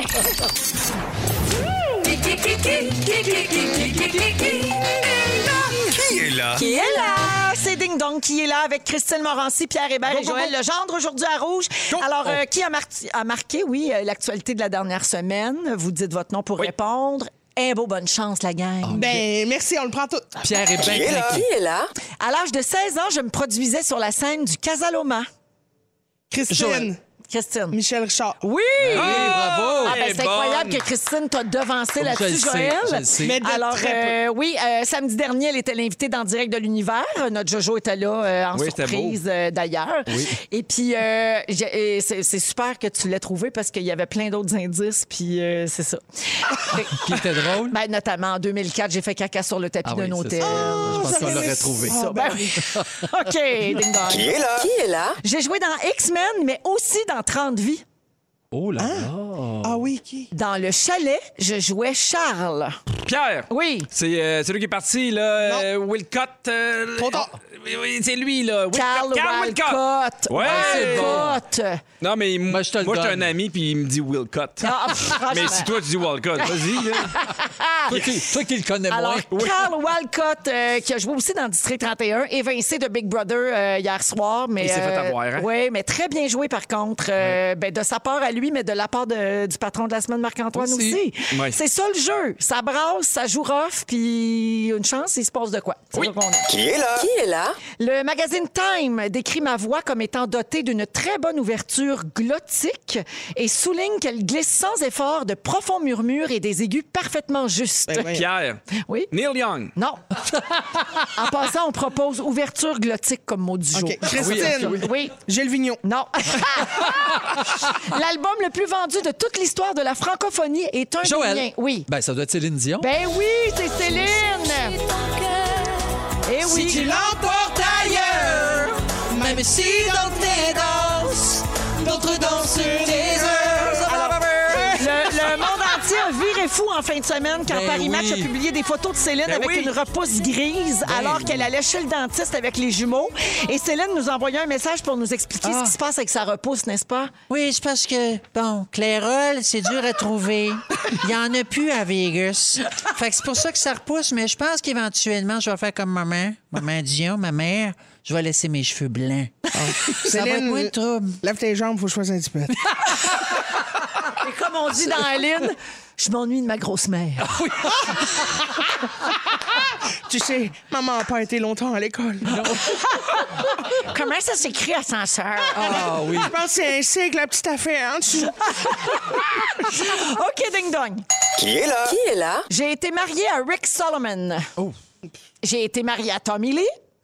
Qui est là?
Qui est là? C'est Ding Dong qui est là avec Christine Morancy, Pierre Hébert et Joël Legendre aujourd'hui à Rouge. Alors, euh,
Oh!
qui a, mar- a marqué, oui, euh, l'actualité de la dernière semaine? Vous dites votre nom pour répondre. Eh beau, bonne chance, la gang.
Ben, merci, on le prend tout.
Pierre est bien craqué. Ah.
À l'âge de 16 ans, je me produisais sur la scène du Casaloma.
Christine,
Joël. Ah,
Christine.
Michel Richard.
Oui!
Oui, bravo.
Ah, ben, c'est
bonne.
incroyable que Christine t'a devancé
Je le
là-dessus,
sais,
Joël.
je le sais.
Mais de
Alors,
très peu.
euh, oui, euh, samedi dernier, elle était l'invitée dans Direct de l'Univers. Euh, Notre Jojo était là euh, en
Oui, c'était
surprise, euh, d'ailleurs. Et puis, euh, j'ai- et c'est c'est super que tu l'aies trouvé parce qu'il y avait plein d'autres indices, puis euh, c'est ça. Fait que-
Qui était drôle.
ben, notamment en 2004, j'ai fait caca sur le tapis
Ah oui,
d'un
ça,
hôtel.
Je pense qu'on
j'aurais
l'aurait
aimé
trouvé. Ah,
Ça, ben oui. OK, ding dong. Qui est là? J'ai joué dans X-Men, mais aussi dans 30 vies.
Oh là là.
Hein?
Ah oui, qui?
Dans le chalet, je jouais Charles.
Pierre!
Oui.
C'est euh, celui qui est parti, là. euh, Wilcott. euh,
Trop tard.
Oui, oui, c'est lui, là. Wilcott,
Carl Walcott. Ah,
Ouais, c'est
Walcott.
Non, mais il m-
Moi, je te le
moi, j'étais
donne.
un ami, puis il me dit Wilcott.
Ah, franchement.
Mais si toi, tu dis Walcott, vas-y, là.
Toi qui, toi qui le connais
Alors,
moins.
Carl Walcott, euh, qui a joué aussi dans District 31, évincé de Big Brother euh, hier soir. Mais, euh,
Il s'est fait avoir, hein?
Oui, mais très bien joué, par contre. Euh, ben, de sa part à lui, mais de la part de- du patron de la semaine, Marc-Antoine aussi.
Aussi.
Ouais.
C'est ça le jeu. Ça brasse, ça joue rough, puis une chance, il se passe de quoi. C'est ça qu'on a. Le magazine Time décrit ma voix comme étant dotée d'une très bonne ouverture glottique et souligne qu'elle glisse sans effort de profonds murmures et des aigus parfaitement justes.
Ben, voyons.
Pierre.
Oui?
Neil Young.
Non. en passant, on propose ouverture glottique comme mot du jour.
OK. Christine,
Oui.
Gilles Vignon.
Non. L'album le plus vendu de toute l'histoire de la francophonie est un
Joël.
des miens. Oui.
Ben, ça doit être Céline Dion.
Ben oui, c'est Céline. Eh oui.
l'emportes ailleurs, même si dans tes danses, d'autres dansent les heures.
Le, le monde entier a viré fou en fin de semaine quand
Ben
Paris
oui.
Match a publié des photos de Céline
Ben
avec
oui.
une repousse grise alors qu'elle allait chez le dentiste avec les jumeaux. Et Céline nous envoyait un message pour nous expliquer ce qui se passe avec sa repousse, n'est-ce pas?
Oui, c'est parce que, bon, Clairol, c'est dur à trouver. Il y en a plus à Vegas. Fait que c'est pour ça que ça repousse, mais je pense qu'éventuellement, je vais faire comme maman, maman Dion, ma mère, je vais laisser mes cheveux blancs. Ça va être moins de trouble.
Lève tes jambes, faut que je fasse un petit peu.
Et comme on dit dans Aline, je m'ennuie de ma grosse-mère.
Ah tu sais, maman n'a pas été longtemps à l'école.
Comment ça s'écrit ascenseur?
Ah oui.
Je pense que c'est un sigle, la petite affaire hein, en dessous.
OK, ding-dong. Qui est là? Qui est là? J'ai été mariée à Rick Solomon. J'ai été mariée à Tommy Lee.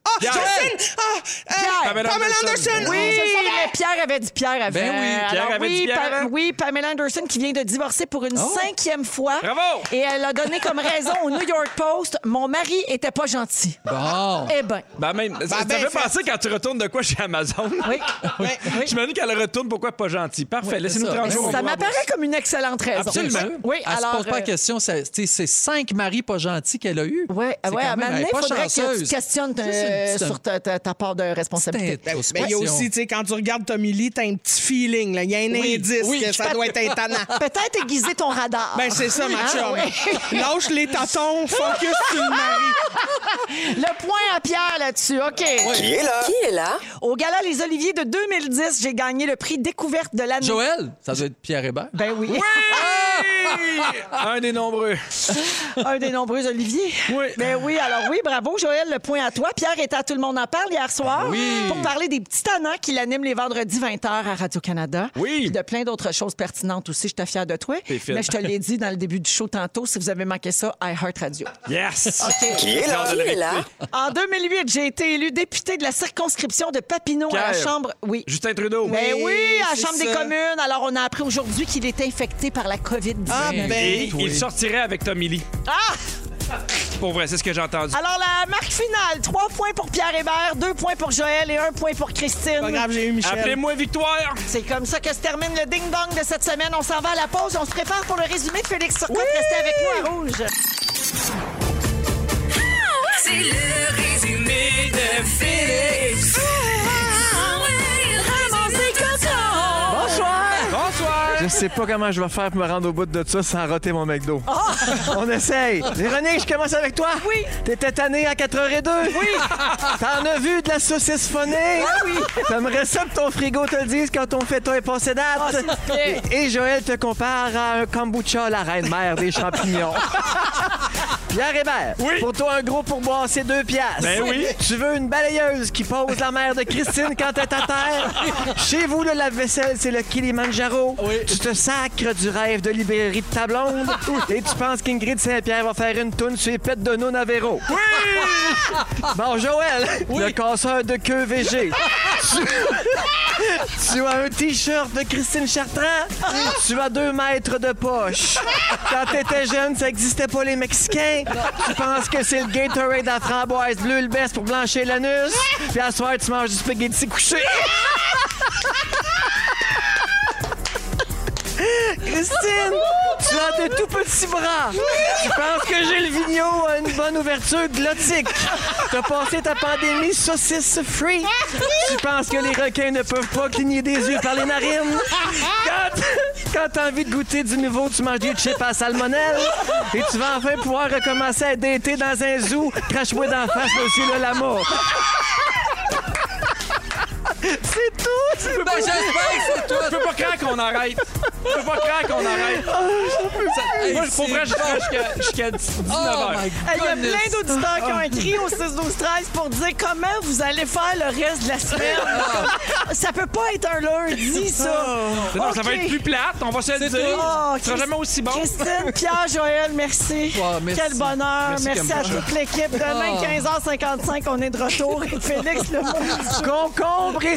Oh. Ah,
Pierre.
Justin! Ah, euh, Pamela Anderson!
Oui,
Ah, je savais.
mais Pierre avait dit Pierre avant.
Ben oui, Pierre
Alors
avait
oui,
dit Pierre
Pa-
avant. Oh.
oui, Pamela Anderson qui vient de divorcer pour une cinquième fois.
Bravo!
Et elle a donné comme raison au New York Post Mon mari était pas gentil.
Bon.
Eh ben.
Ben même, ça ça
ben,
fait
fait.
penser quand tu retournes de quoi chez Amazon.
Oui.
oui. Je me dis qu'elle retourne, pourquoi pas gentil? Parfait, laissez-nous 30
Ben
jours. on
Ça
va voir.
m'apparaît comme une excellente raison.
Absolument.
Oui,
elle
alors.
se pose pas
euh,
la question. ça- tu sais, C'est cinq maris pas gentils qu'elle a eu.
Ouais, Ah ouais, à un moment donné, il faudrait que tu te questionnes euh, sur ta, ta- ta part de responsabilité.
Ben, mais il y a aussi, tu sais, quand tu regardes Tommy Lee, t'as un petit feeling, là. Il y a un
Oui,
indice
oui.
que ça doit être étonnant.
Peut-être aiguiser ton radar.
Ben, c'est ça, ma
Ah,
chum.
oui.
Lâche les tâtons, focus sur le mari.
Le point à Pierre là-dessus, OK.
Qui est là? Qui
est là? Au Gala Les Oliviers de 2010, j'ai gagné le prix découverte de l'année.
Joël, ça doit être Pierre Hébert.
Ben oui.
Un des nombreux.
Un des nombreux Olivier.
Oui.
Ben oui, alors oui, bravo Joël, le point à toi. Pierre était à Tout le monde en parle hier soir
Oui.
pour parler des petits tannants qu'il anime les vendredis 20h à Radio-Canada. Oui. Puis de plein d'autres choses pertinentes aussi, je te fière de toi.
T'es fine.
Mais je te l'ai dit dans le début du show tantôt, si vous avez manqué ça, iHeart Radio.
Yes!
OK. En 2008, j'ai été élu député de la circonscription de Papineau à la
Pierre.
Chambre. Oui.
Justin Trudeau.
Ben oui, à la
c'est
Chambre des
ça.
communes. Alors, on a appris aujourd'hui qu'il était infecté par la COVID-19.
Ah, ben,
Et il sortirait avec Tommy Lee.
Ah!
Pour vrai, c'est ce que j'ai entendu.
Alors, la marque finale, 3 points pour Pierre Hébert, 2 points pour Joël et 1 point pour Christine.
Pas grave, j'ai eu Michel.
Appelez-moi Victoire.
C'est comme ça que se termine le ding-dong de cette semaine. On s'en va à la pause. On se prépare pour le résumé de Félix Turcotte. Restez avec nous à Rouge.
C'est le résumé de Félix.
Bonsoir.
Bonsoir.
Je sais pas comment je vais faire pour me rendre au bout de ça sans rater mon McDo. On essaye. Véronique, je commence avec toi. Oui. T'étais tanné à 4h02. Oui. T'en as vu de la saucisse phonée.
oui.
T'aimerais ça que ton frigo te le dise quand ton feta est passé date.
Ah, s'il te plaît.
Et Joël te compare à un kombucha, la reine-mère des champignons. Pierre Hébert, pour toi, un gros pourboire, c'est deux piastres.
Ben oui.
Tu veux une balayeuse qui pose la mère de Christine quand t'es à terre. Chez vous, le lave-vaisselle, c'est le Kilimanjaro. Tu te sacres du rêve de librairie de ta blonde. Et tu penses qu'Ingrid Saint-Pierre va faire une toune sur les pets de Nonavero. Oui! Bon, Joël, le casseur de queue VG. Tu- tu as un T-shirt de Christine Chartrand. Tu as deux mètres de poche. Quand t'étais jeune, ça n'existait pas les Mexicains. Tu penses que c'est le Gatorade à framboise bleue le best pour blanchir l'anus. Puis à soir, tu manges du spaghetti couché. Christine, tu as de tout petits bras. Tu penses que Gilles Vigneault a une bonne ouverture glottique. T'as passé ta pandémie saucisse free. Tu penses que les requins ne peuvent pas cligner des yeux par les narines. Quand, quand t'as envie de goûter du nouveau, tu manges des chips à salmonelle. Et tu vas enfin pouvoir recommencer à dater dans un zoo. Crache-moi d'en face, monsieur le lama. C'est tout! C'est
Ben, j'espère que c'est tout. Je peux pas croire qu'on arrête. Je peux pas croire qu'on arrête.
Ah,
Ça- Moi, pour vrai, je crois jusqu'à- jusqu'à 19h.
Hey, Il y a plein d'auditeurs qui ont
Oh.
écrit au 6 12 13 pour dire comment vous allez faire le reste de la semaine. ça peut pas être un lundi, ça.
Mais non, Ah. ça va
OK.
être plus plate, on va se le dire.
Oh,
Ça sera
Christ-
jamais aussi bon.
Christine, Pierre, Joël, merci.
merci.
Quel bonheur.
Merci,
Merci, à
Camille.
toute l'équipe. Demain,
Oh.
15h55, on est de retour. Et Félix, le
Concombre et